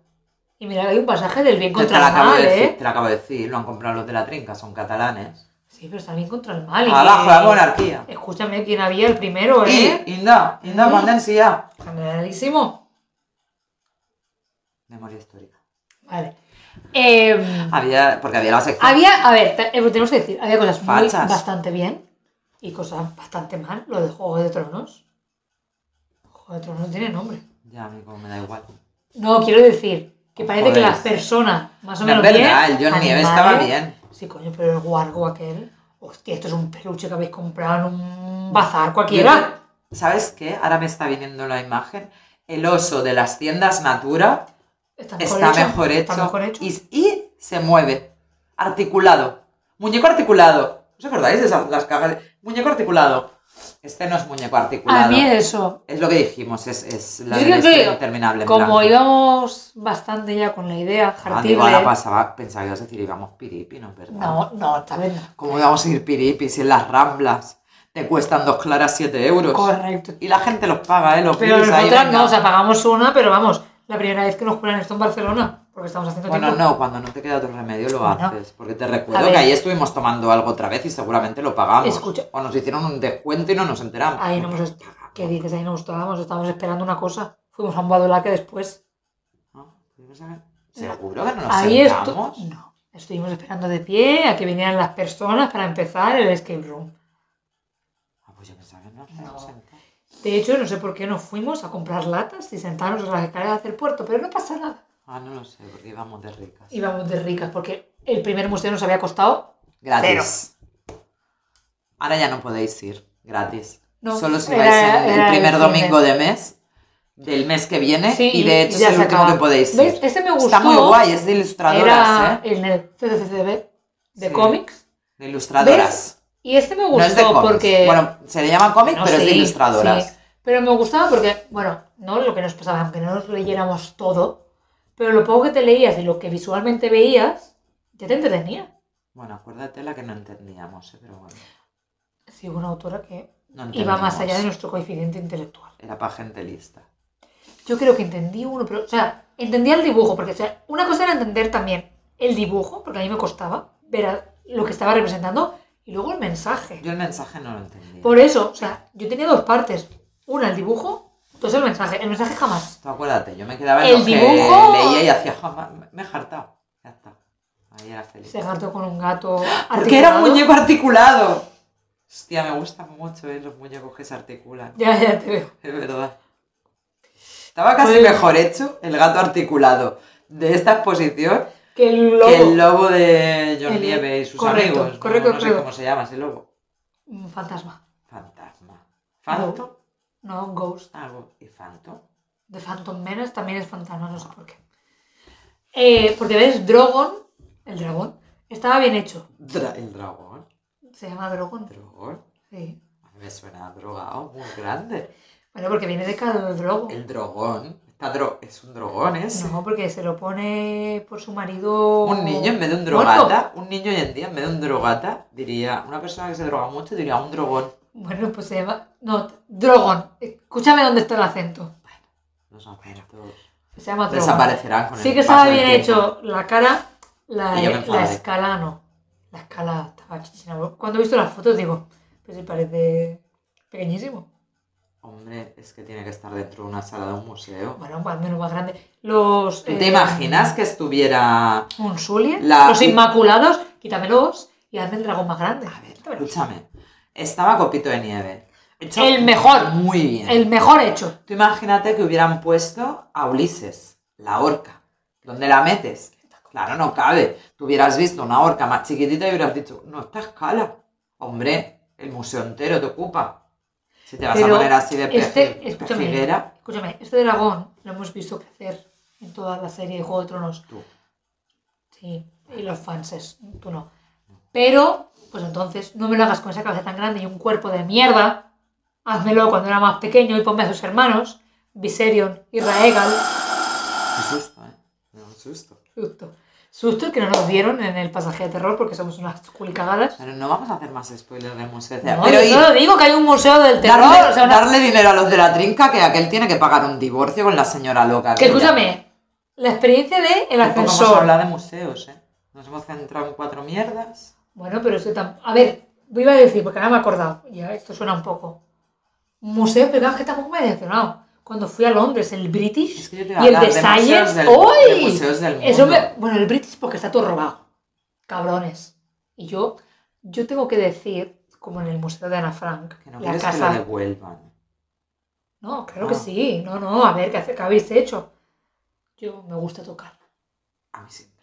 [SPEAKER 2] Y mira, hay un pasaje del bien
[SPEAKER 1] Te,
[SPEAKER 2] contra
[SPEAKER 1] la
[SPEAKER 2] el
[SPEAKER 1] acabo
[SPEAKER 2] mal,
[SPEAKER 1] de decir,
[SPEAKER 2] ¿eh?
[SPEAKER 1] te la acabo de decir, lo han comprado los de la trinca, son catalanes.
[SPEAKER 2] Sí, pero está bien contra el mal. y-
[SPEAKER 1] Abajo la monarquía.
[SPEAKER 2] Escúchame, ¿quién había el primero, eh?
[SPEAKER 1] Y, Inda, Inda,
[SPEAKER 2] Mm.
[SPEAKER 1] Pandencia.
[SPEAKER 2] Generalísimo.
[SPEAKER 1] Memoria histórica.
[SPEAKER 2] Vale. Em,
[SPEAKER 1] Había, porque había la sección.
[SPEAKER 2] Había, a ver, te- eh, tenemos que decir, había cosas muy,
[SPEAKER 1] Fachas.
[SPEAKER 2] bastante bien y cosas bastante mal. Lo de Juego de Tronos. Juego de Tronos no tiene nombre.
[SPEAKER 1] Ya, a mí como me da igual.
[SPEAKER 2] No, quiero decir que parece que
[SPEAKER 1] Joder.
[SPEAKER 2] las personas, más o
[SPEAKER 1] No, es
[SPEAKER 2] menos
[SPEAKER 1] verdad,
[SPEAKER 2] bien,
[SPEAKER 1] ah, el John Nieve
[SPEAKER 2] animales-
[SPEAKER 1] estaba bien.
[SPEAKER 2] Sí, coño, pero el guargo aquel. Hostia, esto es un peluche que habéis comprado en un bazar
[SPEAKER 1] Yo-
[SPEAKER 2] cualquiera.
[SPEAKER 1] ¿Sabes qué? Ahora me está viniendo la imagen. El oso de las tiendas Natura.
[SPEAKER 2] Está
[SPEAKER 1] Está mejor hecho.
[SPEAKER 2] Está mejor hecho.
[SPEAKER 1] Y, y se mueve. Articulado. Muñeco articulado. ¿Os acordáis de esas las cajas? de- Muñeco articulado. Este no es muñeco articulado.
[SPEAKER 2] A mí eso.
[SPEAKER 1] Es lo que dijimos, es, es la
[SPEAKER 2] Ah, Yo
[SPEAKER 1] del
[SPEAKER 2] creo
[SPEAKER 1] este
[SPEAKER 2] que
[SPEAKER 1] interminable. en
[SPEAKER 2] Como
[SPEAKER 1] blanco.
[SPEAKER 2] íbamos bastante ya con la idea,
[SPEAKER 1] Ah, digo, ahora
[SPEAKER 2] jartible.
[SPEAKER 1] pasaba, pensaba que ibas a decir, íbamos piripi, ¿no es verdad?
[SPEAKER 2] No, no, tal vez no.
[SPEAKER 1] ¿Cómo íbamos a ir piripi si en las ramblas? te cuestan dos claras 7 euros.
[SPEAKER 2] Correcto.
[SPEAKER 1] Y la gente los paga, ¿eh? Los
[SPEAKER 2] Pero
[SPEAKER 1] pibes ahí,
[SPEAKER 2] nosotras
[SPEAKER 1] venga.
[SPEAKER 2] no, o sea, pagamos una, pero vamos, la primera vez que nos curan esto en Barcelona, porque estamos haciendo
[SPEAKER 1] Bueno,
[SPEAKER 2] tiempo.
[SPEAKER 1] no, cuando no te queda otro remedio lo
[SPEAKER 2] Bueno.
[SPEAKER 1] haces. Porque te recuerdo
[SPEAKER 2] ver.
[SPEAKER 1] que ahí estuvimos tomando algo otra vez y seguramente lo pagamos.
[SPEAKER 2] Escucha.
[SPEAKER 1] O nos hicieron un descuento y no nos enteramos.
[SPEAKER 2] Ahí no hemos ¿Qué dices? Ahí no gustábamos, estábamos esperando una cosa. Fuimos a un badulaque después.
[SPEAKER 1] No, pues, a ver, Seguro que no nos
[SPEAKER 2] Ahí esto.
[SPEAKER 1] enteramos.
[SPEAKER 2] No. Estuvimos esperando de pie a que vinieran las personas para empezar el escape room.
[SPEAKER 1] Ah, pues yo pensaba que no,
[SPEAKER 2] No.
[SPEAKER 1] nos enteramos.
[SPEAKER 2] De hecho, no sé por qué nos fuimos a comprar latas y sentarnos en las escaleras del puerto, pero no pasa nada.
[SPEAKER 1] Ah, no lo sé, porque íbamos de ricas.
[SPEAKER 2] Íbamos de ricas porque el primer museo nos había costado.
[SPEAKER 1] Gratis. Ahora ya no podéis ir, gratis.
[SPEAKER 2] No,
[SPEAKER 1] Solo si
[SPEAKER 2] era-
[SPEAKER 1] vais el- el
[SPEAKER 2] era el
[SPEAKER 1] primer
[SPEAKER 2] fin
[SPEAKER 1] domingo de mes, del mes que viene,
[SPEAKER 2] Sí,
[SPEAKER 1] ¿Eh? y de hecho
[SPEAKER 2] ya
[SPEAKER 1] es el
[SPEAKER 2] se
[SPEAKER 1] último
[SPEAKER 2] acaba.
[SPEAKER 1] que podéis ir.
[SPEAKER 2] ¿Ves? Este me gustó.
[SPEAKER 1] Está muy guay, es de ilustradoras,
[SPEAKER 2] Era
[SPEAKER 1] ¿eh?
[SPEAKER 2] en el CCCCB de
[SPEAKER 1] Sí.
[SPEAKER 2] cómics.
[SPEAKER 1] De ilustradoras.
[SPEAKER 2] Y este me
[SPEAKER 1] No es de
[SPEAKER 2] gustó
[SPEAKER 1] cómics.
[SPEAKER 2] porque.
[SPEAKER 1] Bueno, se le llama cómic,
[SPEAKER 2] No,
[SPEAKER 1] pero es de
[SPEAKER 2] sí,
[SPEAKER 1] ilustradoras.
[SPEAKER 2] sí. Pero me gustaba porque, bueno, no lo que nos pasaba, aunque no nos leyéramos todo, pero lo poco que te leías y lo que visualmente veías, ya te entretenía.
[SPEAKER 1] Bueno, acuérdate la que no entendíamos, ¿eh? pero bueno.
[SPEAKER 2] Sí, una autora que
[SPEAKER 1] No
[SPEAKER 2] iba
[SPEAKER 1] entendimos.
[SPEAKER 2] más allá de nuestro coeficiente intelectual.
[SPEAKER 1] Era para gente lista.
[SPEAKER 2] Yo creo que entendí uno, pero, o sea, entendía el dibujo, porque, o sea, una cosa era entender también el dibujo, porque a mí me costaba ver a- lo que estaba representando, y luego el mensaje.
[SPEAKER 1] Yo el mensaje no lo entendí.
[SPEAKER 2] Por eso, o sea, yo tenía dos partes. Una, el dibujo, dos, el mensaje. El mensaje jamás.
[SPEAKER 1] Tú acuérdate, yo me quedaba en
[SPEAKER 2] El
[SPEAKER 1] lo
[SPEAKER 2] dibujo-
[SPEAKER 1] que leía y hacía jamás. Me he hartado. Ya está. Ahí era feliz.
[SPEAKER 2] Se hartó con un gato.
[SPEAKER 1] Porque era un
[SPEAKER 2] articulado.
[SPEAKER 1] muñeco articulado. Hostia, me gustan mucho eh, los muñecos que se articulan.
[SPEAKER 2] Ya, ya te veo.
[SPEAKER 1] Es verdad. Estaba casi
[SPEAKER 2] Bueno.
[SPEAKER 1] mejor hecho el gato articulado de esta exposición
[SPEAKER 2] Que el
[SPEAKER 1] que el
[SPEAKER 2] lobo.
[SPEAKER 1] lobo de John
[SPEAKER 2] El-
[SPEAKER 1] Nieve y sus
[SPEAKER 2] correcto,
[SPEAKER 1] amigos. No-
[SPEAKER 2] correcto,
[SPEAKER 1] no, sé
[SPEAKER 2] correcto.
[SPEAKER 1] cómo se llama ese lobo.
[SPEAKER 2] Un Fantasma.
[SPEAKER 1] Fantasma. Phantom.
[SPEAKER 2] No, Ghost.
[SPEAKER 1] Algo. ¿Y Phantom?
[SPEAKER 2] De Phantom Menace también es fantasma, no sé por qué. Eh, porque ves, Drogon, el dragón, estaba bien hecho.
[SPEAKER 1] Dra- el dragón.
[SPEAKER 2] Se llama Drogon.
[SPEAKER 1] Dragón.
[SPEAKER 2] Sí.
[SPEAKER 1] A mí me suena a drogado muy grande.
[SPEAKER 2] Bueno, porque viene de Khal Drogo.
[SPEAKER 1] El dragón. Está dro- es un dragón ese.
[SPEAKER 2] No, porque se lo pone por su marido.
[SPEAKER 1] Un niño en vez de un drogata, un niño hoy en día en vez de un drogata, diría, una persona que se droga mucho diría un drogón.
[SPEAKER 2] Bueno, pues se llama. No, Drogon. Escúchame dónde está el acento.
[SPEAKER 1] Los acentos
[SPEAKER 2] Se llama Drogon.
[SPEAKER 1] desaparecerán con el
[SPEAKER 2] Sí que
[SPEAKER 1] paso
[SPEAKER 2] estaba
[SPEAKER 1] del
[SPEAKER 2] bien
[SPEAKER 1] tiempo.
[SPEAKER 2] hecho la cara, la,
[SPEAKER 1] Y yo me enfadé.
[SPEAKER 2] la escala no. La escala estaba chichina. Cuando he visto las fotos digo, pues sí parece pequeñísimo.
[SPEAKER 1] Hombre, es que tiene que estar dentro de una sala de un museo.
[SPEAKER 2] Bueno, al menos más grande. Los...
[SPEAKER 1] ¿Tú
[SPEAKER 2] eh,
[SPEAKER 1] te imaginas que estuviera...
[SPEAKER 2] Un Sully,
[SPEAKER 1] La-
[SPEAKER 2] los Inmaculados, quítamelos y hazme el dragón más grande.
[SPEAKER 1] A ver, escúchame. Estaba Copito de Nieve. Hecho
[SPEAKER 2] El mejor.
[SPEAKER 1] Muy bien.
[SPEAKER 2] El mejor hecho.
[SPEAKER 1] Tú imagínate que hubieran puesto a Ulises, la horca. ¿Dónde la metes? Claro, no cabe. Tú hubieras visto una horca más chiquitita y hubieras dicho, no, esta escala. Hombre, el museo entero te ocupa. Si te vas
[SPEAKER 2] Pero
[SPEAKER 1] a poner así de perfil,
[SPEAKER 2] Este,
[SPEAKER 1] de
[SPEAKER 2] escúchame,
[SPEAKER 1] figuera,
[SPEAKER 2] escúchame, este dragón lo hemos visto crecer en toda la serie de Juego de Tronos.
[SPEAKER 1] tú.
[SPEAKER 2] Sí, y los fanses, tú no. Pero, pues entonces, no me lo hagas con esa cabeza tan grande y un cuerpo de mierda. Házmelo cuando era más pequeño y ponme a sus hermanos, Viserion y Raegal.
[SPEAKER 1] Qué susto, ¿eh? Me da un susto.
[SPEAKER 2] Susto. Susto que no nos dieron en el pasaje de terror porque somos unas culicagadas.
[SPEAKER 1] Pero no vamos a hacer más spoilers del museo. O sea,
[SPEAKER 2] No,
[SPEAKER 1] pero
[SPEAKER 2] yo
[SPEAKER 1] ir,
[SPEAKER 2] solo digo que hay un museo del terror.
[SPEAKER 1] darle,
[SPEAKER 2] o sea, una-
[SPEAKER 1] darle dinero a los de la trinca que aquel tiene que pagar un divorcio con la señora loca.
[SPEAKER 2] Que
[SPEAKER 1] aquella.
[SPEAKER 2] escúchame, la experiencia de el
[SPEAKER 1] Tampoco Hemos
[SPEAKER 2] ascensor.
[SPEAKER 1] hablado de museos, ¿eh? Nos hemos centrado en cuatro mierdas.
[SPEAKER 2] Bueno, pero es que tam- A ver, lo iba a decir, porque ahora me he acordado. Ya, esto suena un poco. Museo, pero claro, es que tampoco me he decepcionado. Cuando fui a Londres, el British
[SPEAKER 1] Es que yo te iba a
[SPEAKER 2] y el
[SPEAKER 1] hablar
[SPEAKER 2] de
[SPEAKER 1] de museos
[SPEAKER 2] Science.
[SPEAKER 1] del- de
[SPEAKER 2] ¡Uy!
[SPEAKER 1] museos del
[SPEAKER 2] Eso me-
[SPEAKER 1] mundo.
[SPEAKER 2] Bueno, el British porque está todo robado. Cabrones. Y yo, yo tengo que decir, como en el Museo de Ana Frank,
[SPEAKER 1] Que no
[SPEAKER 2] la
[SPEAKER 1] quieres que
[SPEAKER 2] casa.
[SPEAKER 1] lo devuelvan.
[SPEAKER 2] No, claro
[SPEAKER 1] Ah.
[SPEAKER 2] que sí. No, no, a ver, ¿qué, hace- qué habéis hecho? Yo me gusta tocar.
[SPEAKER 1] A mí siempre.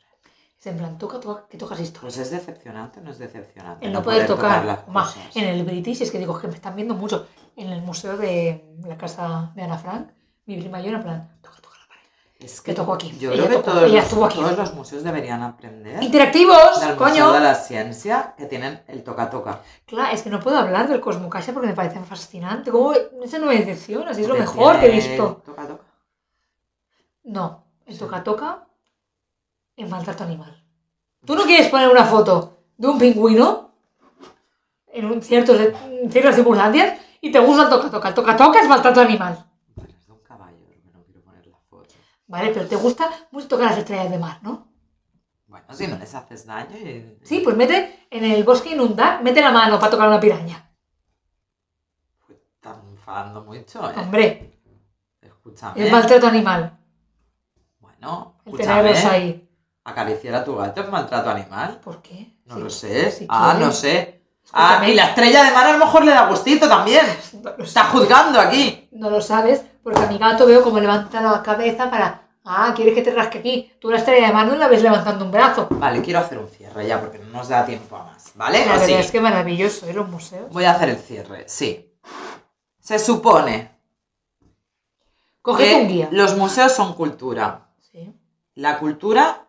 [SPEAKER 2] Es en plan, toca, toca, que tocas historia.
[SPEAKER 1] Pues es decepcionante o no es decepcionante.
[SPEAKER 2] El no poder tocar.
[SPEAKER 1] las
[SPEAKER 2] más
[SPEAKER 1] cosas.
[SPEAKER 2] en el British, es que digo, es que me están viendo mucho. En el museo de la casa de Ana Frank, mi prima y yo, en plan, toca, toca la pared.
[SPEAKER 1] Es
[SPEAKER 2] que tocó aquí.
[SPEAKER 1] Yo
[SPEAKER 2] Ella
[SPEAKER 1] creo que
[SPEAKER 2] tocó,
[SPEAKER 1] todos,
[SPEAKER 2] ella
[SPEAKER 1] los,
[SPEAKER 2] estuvo aquí.
[SPEAKER 1] todos los museos deberían aprender
[SPEAKER 2] ¡Interactivos!
[SPEAKER 1] del Museo de
[SPEAKER 2] ¡Coño!
[SPEAKER 1] la Ciencia que tienen el toca-toca.
[SPEAKER 2] Claro, es que no puedo hablar del Cosmocasha porque me parece fascinante. ¿Cómo? Ese no es decepción, así es lo
[SPEAKER 1] Que
[SPEAKER 2] mejor que he
[SPEAKER 1] tiene
[SPEAKER 2] visto.
[SPEAKER 1] el Toca-toca.
[SPEAKER 2] No, el toca toca en maltrato animal. ¿Tú no quieres poner una foto de un pingüino? en un ciertos, en ciertas circunstancias y te gusta el toca-toca. El toca-toca es maltrato animal.
[SPEAKER 1] Bueno, es de un caballo, lo que no quiero poner la foto.
[SPEAKER 2] Vale, pero te gusta mucho tocar las estrellas de mar, ¿no?
[SPEAKER 1] Bueno, si no les haces daño. y-
[SPEAKER 2] Sí, pues mete en el bosque inundado, mete la mano para tocar una piraña.
[SPEAKER 1] Pues Están enfadando mucho, ¿eh?
[SPEAKER 2] Hombre,
[SPEAKER 1] Escúchame.
[SPEAKER 2] es maltrato animal.
[SPEAKER 1] Bueno,
[SPEAKER 2] El tenerlos
[SPEAKER 1] escúchame.
[SPEAKER 2] ahí.
[SPEAKER 1] Acariciar a tu gato es maltrato animal.
[SPEAKER 2] ¿Por qué?
[SPEAKER 1] No
[SPEAKER 2] Sí.
[SPEAKER 1] lo sé.
[SPEAKER 2] si
[SPEAKER 1] ah,
[SPEAKER 2] quieres.
[SPEAKER 1] no sé. Ah,
[SPEAKER 2] Escúchame.
[SPEAKER 1] y la estrella de mar a lo mejor le da gustito también.
[SPEAKER 2] No lo
[SPEAKER 1] Está juzgando aquí.
[SPEAKER 2] No lo sabes, porque a mi gato veo como levanta la cabeza para. Ah, quieres que te rasque aquí. Tú la estrella de mar no la ves levantando un brazo.
[SPEAKER 1] Vale, quiero hacer un cierre ya porque no nos da tiempo a más. ¿Vale?
[SPEAKER 2] La
[SPEAKER 1] Así.
[SPEAKER 2] verdad es que maravilloso, ¿eh? Los museos.
[SPEAKER 1] Voy a hacer el cierre, sí. Se supone
[SPEAKER 2] Cógete un
[SPEAKER 1] que
[SPEAKER 2] guía.
[SPEAKER 1] los museos son cultura.
[SPEAKER 2] Sí.
[SPEAKER 1] La cultura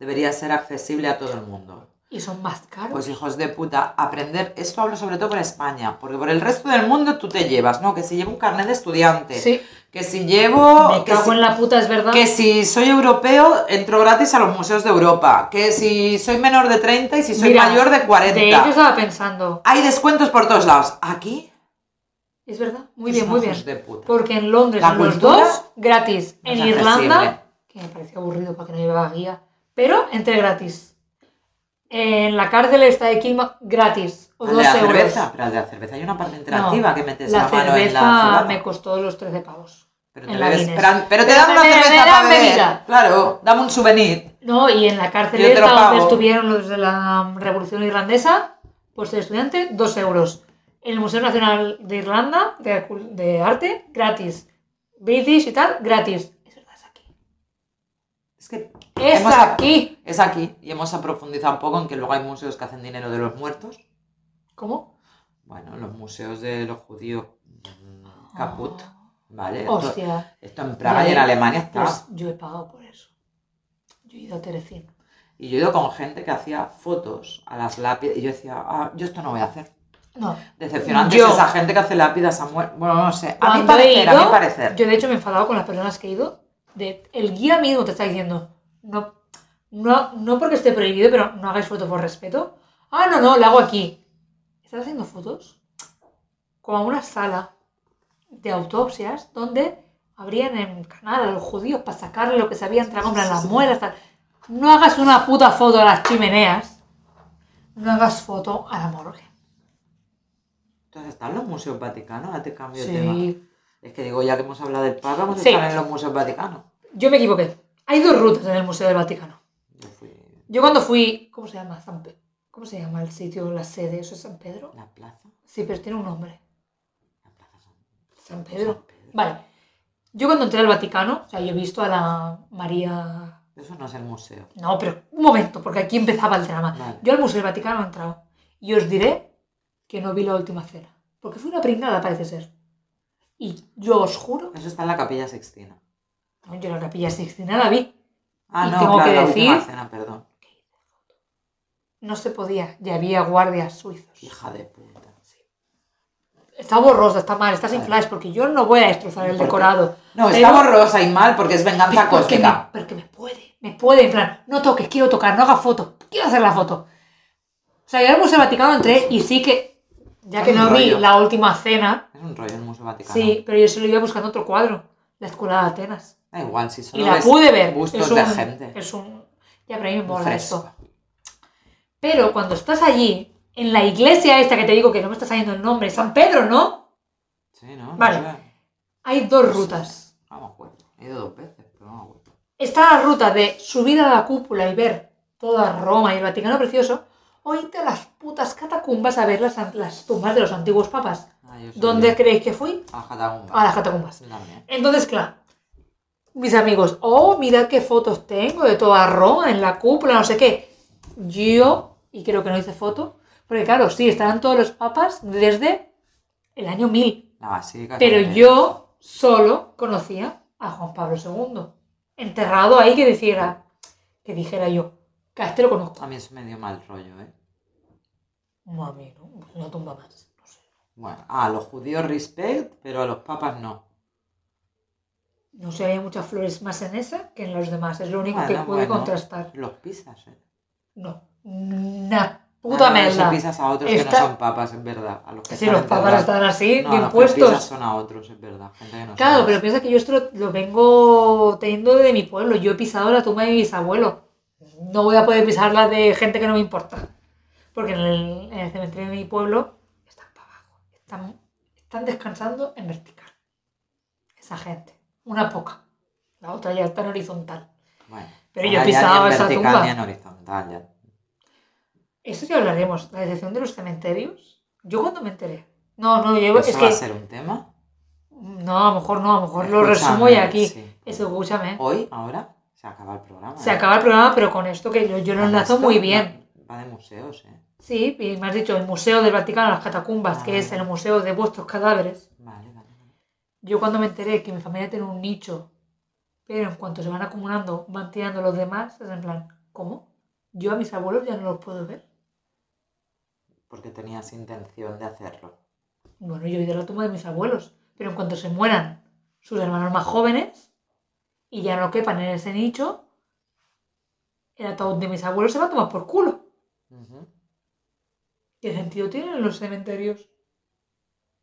[SPEAKER 1] debería ser accesible a todo el mundo.
[SPEAKER 2] Y son más caros.
[SPEAKER 1] Pues hijos de puta, aprender, esto hablo sobre todo por España, porque por el resto del mundo tú te llevas, ¿no? Que si llevo un carnet de estudiante,
[SPEAKER 2] sí.
[SPEAKER 1] que si llevo...
[SPEAKER 2] Me
[SPEAKER 1] eh, que,
[SPEAKER 2] cago
[SPEAKER 1] si,
[SPEAKER 2] en la puta, es verdad.
[SPEAKER 1] que si soy europeo, entro gratis a los museos de Europa, que si soy menor de 30 y si soy
[SPEAKER 2] Mira,
[SPEAKER 1] mayor de 40.
[SPEAKER 2] De ello estaba pensando.
[SPEAKER 1] Hay descuentos por todos lados. Aquí...
[SPEAKER 2] Es verdad. Muy
[SPEAKER 1] es
[SPEAKER 2] bien, muy
[SPEAKER 1] unos
[SPEAKER 2] bien.
[SPEAKER 1] hijos de puta.
[SPEAKER 2] Porque en Londres
[SPEAKER 1] La
[SPEAKER 2] los
[SPEAKER 1] cultura
[SPEAKER 2] dos gratis.
[SPEAKER 1] no
[SPEAKER 2] En
[SPEAKER 1] es accesible.
[SPEAKER 2] Irlanda, que me pareció aburrido porque no llevaba guía, pero entre gratis. En la cárcel está de Kilma gratis. O
[SPEAKER 1] Al de
[SPEAKER 2] dos
[SPEAKER 1] la
[SPEAKER 2] euros.
[SPEAKER 1] cerveza, pero al de la cerveza hay una parte interactiva
[SPEAKER 2] No,
[SPEAKER 1] que metes la,
[SPEAKER 2] la
[SPEAKER 1] mano en la
[SPEAKER 2] cerveza
[SPEAKER 1] cebada.
[SPEAKER 2] me costó los 13 pavos.
[SPEAKER 1] pero
[SPEAKER 2] en
[SPEAKER 1] te,
[SPEAKER 2] la
[SPEAKER 1] bebes-
[SPEAKER 2] Guinness.
[SPEAKER 1] pero- pero te
[SPEAKER 2] Pero
[SPEAKER 1] dan una
[SPEAKER 2] me- me
[SPEAKER 1] cerveza
[SPEAKER 2] dan
[SPEAKER 1] para beber.
[SPEAKER 2] bebida.
[SPEAKER 1] Claro, dame un souvenir.
[SPEAKER 2] No, y en la cárcel
[SPEAKER 1] Yo te lo
[SPEAKER 2] esta donde
[SPEAKER 1] pago.
[SPEAKER 2] estuvieron los de la Revolución Irlandesa, por ser estudiante, 2 euros. En el Museo Nacional de Irlanda, de, cul- de arte, gratis. British y tal, gratis. Es verdad, es aquí.
[SPEAKER 1] Es que
[SPEAKER 2] Es
[SPEAKER 1] hemos-
[SPEAKER 2] aquí.
[SPEAKER 1] Es aquí. Y hemos profundizado un poco en que luego hay museos que hacen dinero de los muertos.
[SPEAKER 2] ¿Cómo?
[SPEAKER 1] Bueno, los museos de los judíos mm, caput. ¿Vale? Esto,
[SPEAKER 2] Hostia.
[SPEAKER 1] esto en Praga y en
[SPEAKER 2] Vale.
[SPEAKER 1] Alemania está.
[SPEAKER 2] Pues yo he pagado por eso. Yo he ido a Terecín.
[SPEAKER 1] Y yo he ido con gente que hacía fotos a las lápidas. Y yo decía, ah, yo esto no voy a hacer.
[SPEAKER 2] No.
[SPEAKER 1] Decepcionante
[SPEAKER 2] Yo-
[SPEAKER 1] es esa gente que hace lápidas a muertos. Bueno, no sé. A mi
[SPEAKER 2] Cuando he
[SPEAKER 1] parecer, a mi
[SPEAKER 2] ido,
[SPEAKER 1] parecer.
[SPEAKER 2] Yo de hecho me he enfadado con las personas que he ido. De, el guía mismo te está diciendo, no, no, no porque esté prohibido, pero no hagáis fotos por respeto. Ah, no, no, la hago aquí. ¿Estás haciendo fotos? Como a una sala de autopsias donde abrían en canal a los judíos para sacarle lo que se habían tragado en las muelas. tal. No hagas una puta foto a las chimeneas. No hagas foto a la morgue.
[SPEAKER 1] Entonces están los museos vaticanos, ahora te cambio de tema.
[SPEAKER 2] Sí.
[SPEAKER 1] Es que digo, ya que hemos hablado del Papa, vamos
[SPEAKER 2] Sí.
[SPEAKER 1] a estar en los museos vaticanos.
[SPEAKER 2] Yo me equivoqué. Hay dos rutas en el Museo del Vaticano.
[SPEAKER 1] Yo fui
[SPEAKER 2] Yo cuando fui, ¿cómo se llama? San Pe- ¿Cómo se llama el sitio, la sede? ¿Eso es San Pedro?
[SPEAKER 1] a la plaza,
[SPEAKER 2] Sí, pero tiene un nombre.
[SPEAKER 1] la plaza San
[SPEAKER 2] San
[SPEAKER 1] San
[SPEAKER 2] Pedro.
[SPEAKER 1] Pedro.
[SPEAKER 2] Vale. Yo cuando entré al Vaticano, o sea, yo he visto a la María...
[SPEAKER 1] Eso no es el museo.
[SPEAKER 2] No, pero un momento, porque aquí empezaba el drama.
[SPEAKER 1] Vale.
[SPEAKER 2] Yo al Museo del Vaticano he entrado. Y os diré que no vi la última cena. Porque fue una pringada, parece ser. Y yo os juro...
[SPEAKER 1] Eso está en la Capilla Sextina.
[SPEAKER 2] No, yo la capilla Sixtina la vi.
[SPEAKER 1] Ah,
[SPEAKER 2] Y
[SPEAKER 1] no,
[SPEAKER 2] tengo
[SPEAKER 1] claro,
[SPEAKER 2] que
[SPEAKER 1] la última
[SPEAKER 2] decir-
[SPEAKER 1] cena, perdón.
[SPEAKER 2] No se podía. Ya había guardias suizos.
[SPEAKER 1] Hija de puta.
[SPEAKER 2] Está borrosa, está mal, está sin flash, porque yo no voy a destrozar el
[SPEAKER 1] ¿Por qué?
[SPEAKER 2] decorado.
[SPEAKER 1] No,
[SPEAKER 2] Pero-
[SPEAKER 1] está borrosa y mal porque es venganza
[SPEAKER 2] porque me,
[SPEAKER 1] cósmica.
[SPEAKER 2] porque me puede, me puede, en plan, no toques, quiero tocar, no haga foto, quiero hacer la foto. O sea, yo al Museo Vaticano entré y sí que, ya que
[SPEAKER 1] Un
[SPEAKER 2] no vi
[SPEAKER 1] rollo.
[SPEAKER 2] la última cena,
[SPEAKER 1] Es un rollo el Museo Vaticano.
[SPEAKER 2] sí, pero yo solo iba buscando otro cuadro, la Escuela de Atenas.
[SPEAKER 1] Da igual, si
[SPEAKER 2] Y
[SPEAKER 1] solo
[SPEAKER 2] la
[SPEAKER 1] ves
[SPEAKER 2] pude ver.
[SPEAKER 1] bustos
[SPEAKER 2] es un,
[SPEAKER 1] de gente.
[SPEAKER 2] Es un... Ya, pero a mí me
[SPEAKER 1] Un
[SPEAKER 2] mola
[SPEAKER 1] fresco.
[SPEAKER 2] esto. Pero cuando estás allí, en la iglesia esta que te digo que no me está saliendo el nombre, San Pedro, ¿no?
[SPEAKER 1] Sí, ¿no?
[SPEAKER 2] Vale.
[SPEAKER 1] No sé.
[SPEAKER 2] Hay dos rutas.
[SPEAKER 1] No me acuerdo. He ido dos veces, pero no me acuerdo.
[SPEAKER 2] está la ruta de subir a la cúpula y ver toda Roma y el Vaticano precioso, o irte a las putas catacumbas a ver las, an- las tumbas de los antiguos papas.
[SPEAKER 1] Ah, yo soy
[SPEAKER 2] ¿Dónde
[SPEAKER 1] de-
[SPEAKER 2] creéis que fui?
[SPEAKER 1] A la catacumba.
[SPEAKER 2] A las catacumbas.
[SPEAKER 1] Sí, también.
[SPEAKER 2] Entonces, claro, mis amigos, oh, mirad qué fotos tengo de toda Roma en la cúpula, no sé qué. Yo, y creo que no hice foto, porque claro, sí, estarán todos los papas desde el año 1000.
[SPEAKER 1] La basílica.
[SPEAKER 2] Pero
[SPEAKER 1] también.
[SPEAKER 2] yo solo conocía a Juan Pablo II. Enterrado ahí que dijera, que dijera yo, que a este lo conozco.
[SPEAKER 1] A mí eso me dio mal rollo, ¿eh?
[SPEAKER 2] Mami, ¿no? Pues una tumba más. No sé.
[SPEAKER 1] Bueno, a los judíos respect, pero a los papas no.
[SPEAKER 2] No sé, había muchas flores más en esa que en los demás. Es lo único
[SPEAKER 1] Bueno,
[SPEAKER 2] que pude
[SPEAKER 1] bueno.
[SPEAKER 2] contrastar.
[SPEAKER 1] Los pisas, ¿eh?
[SPEAKER 2] No. Nada. Puta
[SPEAKER 1] Ay, no,
[SPEAKER 2] merda.
[SPEAKER 1] Si pisas a otros que
[SPEAKER 2] Está-
[SPEAKER 1] no son papas, es verdad. A los que
[SPEAKER 2] Si
[SPEAKER 1] están
[SPEAKER 2] los
[SPEAKER 1] en
[SPEAKER 2] papas
[SPEAKER 1] verdad.
[SPEAKER 2] están así,
[SPEAKER 1] No, a
[SPEAKER 2] bien
[SPEAKER 1] los que pisas
[SPEAKER 2] puestos.
[SPEAKER 1] son a otros, es verdad. Gente que no
[SPEAKER 2] Claro,
[SPEAKER 1] sabe.
[SPEAKER 2] pero piensa que yo esto lo, lo vengo teniendo de mi pueblo. Yo he pisado la tumba de mis abuelos. No voy a poder pisar la de gente que no me importa. Porque en el, en el cementerio de mi pueblo están para abajo. Están, están descansando en vertical. Esa gente. Una poca. La otra ya está en horizontal.
[SPEAKER 1] Bueno,
[SPEAKER 2] pero yo
[SPEAKER 1] ahora ya ni
[SPEAKER 2] pisaba
[SPEAKER 1] en
[SPEAKER 2] esa
[SPEAKER 1] vertical
[SPEAKER 2] tumba.
[SPEAKER 1] ni en horizontal, ya.
[SPEAKER 2] Eso sí hablaremos. La decepción de los cementerios. Yo cuando me enteré. No, no, yo
[SPEAKER 1] ¿Eso
[SPEAKER 2] es
[SPEAKER 1] va a
[SPEAKER 2] que.
[SPEAKER 1] ser un tema?
[SPEAKER 2] No, a lo mejor no, a lo mejor lo
[SPEAKER 1] Escúchame,
[SPEAKER 2] resumo y aquí.
[SPEAKER 1] sí.
[SPEAKER 2] Eso, escúchame.
[SPEAKER 1] Hoy, ahora, se acaba el programa.
[SPEAKER 2] Se
[SPEAKER 1] ¿eh?
[SPEAKER 2] acaba el programa, pero con esto que yo, yo lo
[SPEAKER 1] Con
[SPEAKER 2] enlazo
[SPEAKER 1] esto
[SPEAKER 2] muy bien.
[SPEAKER 1] Va va de museos, ¿eh?
[SPEAKER 2] Sí, y me has dicho el Museo del Vaticano, las catacumbas, que es el museo de vuestros cadáveres.
[SPEAKER 1] Vale, vale. vale.
[SPEAKER 2] Yo cuando me enteré que mi familia tiene un nicho, pero en cuanto se van acumulando, van tirando los demás, es en plan, ¿cómo? Yo a mis abuelos ya no los puedo ver.
[SPEAKER 1] Porque tenías intención de hacerlo.
[SPEAKER 2] Bueno, yo he ido a la tumba de mis abuelos, pero en cuanto se mueran sus hermanos más jóvenes y ya no quepan en ese nicho, el ataúd de mis abuelos se va a tomar por culo.
[SPEAKER 1] Ujú.
[SPEAKER 2] ¿Qué sentido tienen los cementerios?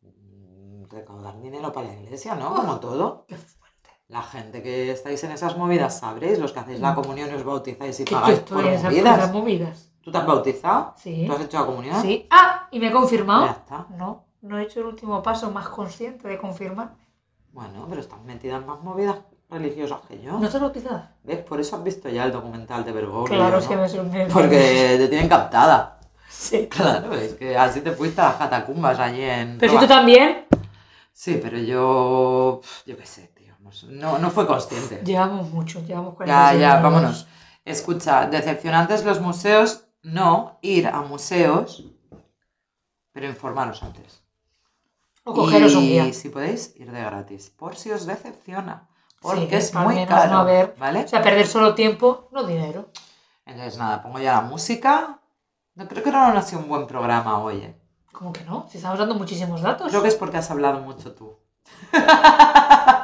[SPEAKER 1] Mm, Recaudar dinero para la iglesia, ¿no? Como todo.
[SPEAKER 2] ¡Qué fuerte!
[SPEAKER 1] La gente que estáis en esas movidas sabréis, los que hacéis la comunión y os bautizáis y
[SPEAKER 2] Mm. Que yo
[SPEAKER 1] pagáis
[SPEAKER 2] estoy
[SPEAKER 1] por
[SPEAKER 2] en esas
[SPEAKER 1] movidas.
[SPEAKER 2] cosas movidas.
[SPEAKER 1] ¿Tú te has bautizado?
[SPEAKER 2] Sí.
[SPEAKER 1] ¿Tú has hecho la comunión?
[SPEAKER 2] Sí. Ah, y me he
[SPEAKER 1] Ya
[SPEAKER 2] confirmado.
[SPEAKER 1] está.
[SPEAKER 2] No, no he hecho el último paso más consciente de confirmar.
[SPEAKER 1] Bueno, pero estás metida en más movidas religiosas que yo.
[SPEAKER 2] ¿No estás bautizada?
[SPEAKER 1] ¿Ves? Por eso has visto ya el documental de Bergoglio.
[SPEAKER 2] Claro, es
[SPEAKER 1] ¿no?
[SPEAKER 2] que me sorprende.
[SPEAKER 1] Porque te tienen captada.
[SPEAKER 2] Sí.
[SPEAKER 1] Claro, es que así te fuiste a las catacumbas allí en.
[SPEAKER 2] Pero si
[SPEAKER 1] Roma.
[SPEAKER 2] tú también.
[SPEAKER 1] Sí, pero yo. pf, Yo qué sé, tío. no sé, No, no fue consciente.
[SPEAKER 2] Llevamos mucho, llevamos 40
[SPEAKER 1] Ya, ya, vámonos. Escucha, decepcionantes los museos, no ir a museos, pero informaros antes.
[SPEAKER 2] O cogeros
[SPEAKER 1] y
[SPEAKER 2] un guía.
[SPEAKER 1] si podéis, ir de gratis, por si os decepciona, porque
[SPEAKER 2] Sí,
[SPEAKER 1] es
[SPEAKER 2] al
[SPEAKER 1] muy
[SPEAKER 2] menos
[SPEAKER 1] caro,
[SPEAKER 2] no haber-
[SPEAKER 1] ¿vale?
[SPEAKER 2] O sea, perder solo tiempo, no dinero.
[SPEAKER 1] Entonces, nada, pongo ya la música. No creo que no ha sido un buen programa hoy, ¿eh?
[SPEAKER 2] ¿Cómo que no? Si estamos dando muchísimos datos.
[SPEAKER 1] Creo que es porque has hablado mucho tú.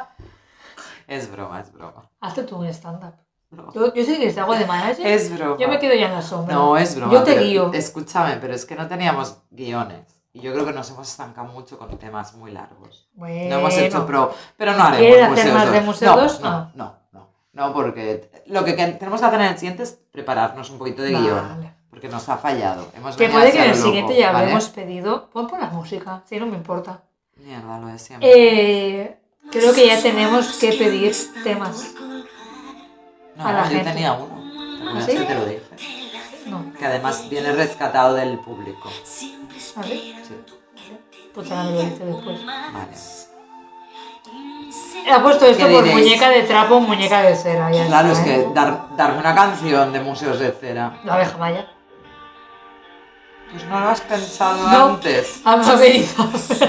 [SPEAKER 1] es broma, es broma.
[SPEAKER 2] Hazte tú un stand-up.
[SPEAKER 1] broma.
[SPEAKER 2] Yo, yo sé que te hago de manager.
[SPEAKER 1] Es broma.
[SPEAKER 2] Yo me quedo ya en la sombra.
[SPEAKER 1] No, eh, es broma.
[SPEAKER 2] Yo te
[SPEAKER 1] pero-
[SPEAKER 2] guío.
[SPEAKER 1] Escúchame, pero es que no teníamos guiones. Y yo creo que nos hemos estancado mucho con temas muy largos.
[SPEAKER 2] Bueno,
[SPEAKER 1] No hemos hecho pro, pero no haremos
[SPEAKER 2] Eh,
[SPEAKER 1] museos
[SPEAKER 2] ¿Quieres hacer más
[SPEAKER 1] dos.
[SPEAKER 2] de museos
[SPEAKER 1] No,
[SPEAKER 2] dos?
[SPEAKER 1] No,
[SPEAKER 2] Ah.
[SPEAKER 1] no, no. No, porque lo que que tenemos que hacer en el siguiente es prepararnos un poquito de
[SPEAKER 2] Vale.
[SPEAKER 1] guión. Porque nos ha fallado. Hemos
[SPEAKER 2] Que
[SPEAKER 1] venido
[SPEAKER 2] puede
[SPEAKER 1] así
[SPEAKER 2] que
[SPEAKER 1] a
[SPEAKER 2] en
[SPEAKER 1] lo
[SPEAKER 2] el
[SPEAKER 1] loco,
[SPEAKER 2] siguiente ya
[SPEAKER 1] ¿vale?
[SPEAKER 2] habremos pedido. Pon por la música, si no me importa.
[SPEAKER 1] Mierda, lo de siempre.
[SPEAKER 2] Eh, creo que ya tenemos que pedir temas.
[SPEAKER 1] no,
[SPEAKER 2] a la
[SPEAKER 1] yo
[SPEAKER 2] gente.
[SPEAKER 1] tenía uno. ¿Te acuerdas
[SPEAKER 2] ¿Sí?
[SPEAKER 1] que te lo dije?
[SPEAKER 2] No,
[SPEAKER 1] Que además viene rescatado del público.
[SPEAKER 2] a ver,
[SPEAKER 1] Sí,
[SPEAKER 2] pues ahora me lo dice después.
[SPEAKER 1] vale.
[SPEAKER 2] Ha puesto esto
[SPEAKER 1] ¿Qué
[SPEAKER 2] por
[SPEAKER 1] diréis?
[SPEAKER 2] muñeca de trapo, muñeca de cera. Ya
[SPEAKER 1] Claro, es
[SPEAKER 2] está, ¿eh?
[SPEAKER 1] que dar, darme una canción de museos de cera.
[SPEAKER 2] La abeja maya.
[SPEAKER 1] Pues no lo has pensado
[SPEAKER 2] No.
[SPEAKER 1] antes.
[SPEAKER 2] Vamos a pedir.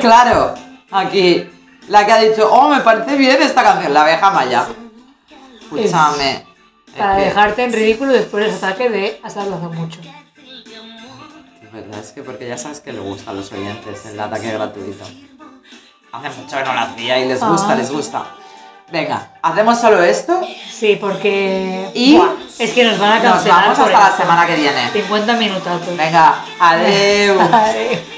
[SPEAKER 1] Claro, aquí. La que ha dicho, oh, me parece bien esta canción, la abeja maya. Escúchame. es
[SPEAKER 2] Para
[SPEAKER 1] que-
[SPEAKER 2] dejarte en ridículo después del ataque de has hablado mucho.
[SPEAKER 1] Es verdad, es que porque ya sabes que le gusta a los oyentes el ataque gratuito. Hace mucho que no lo hacía y les gusta,
[SPEAKER 2] Ah.
[SPEAKER 1] les gusta. Venga, hacemos solo esto
[SPEAKER 2] Sí, porque.
[SPEAKER 1] Y-
[SPEAKER 2] Buah, es que nos van a
[SPEAKER 1] nos
[SPEAKER 2] cancelar.
[SPEAKER 1] vamos
[SPEAKER 2] por
[SPEAKER 1] hasta la
[SPEAKER 2] esto.
[SPEAKER 1] semana que viene.
[SPEAKER 2] 50 minutazos.
[SPEAKER 1] Venga, adiós.
[SPEAKER 2] Adiós.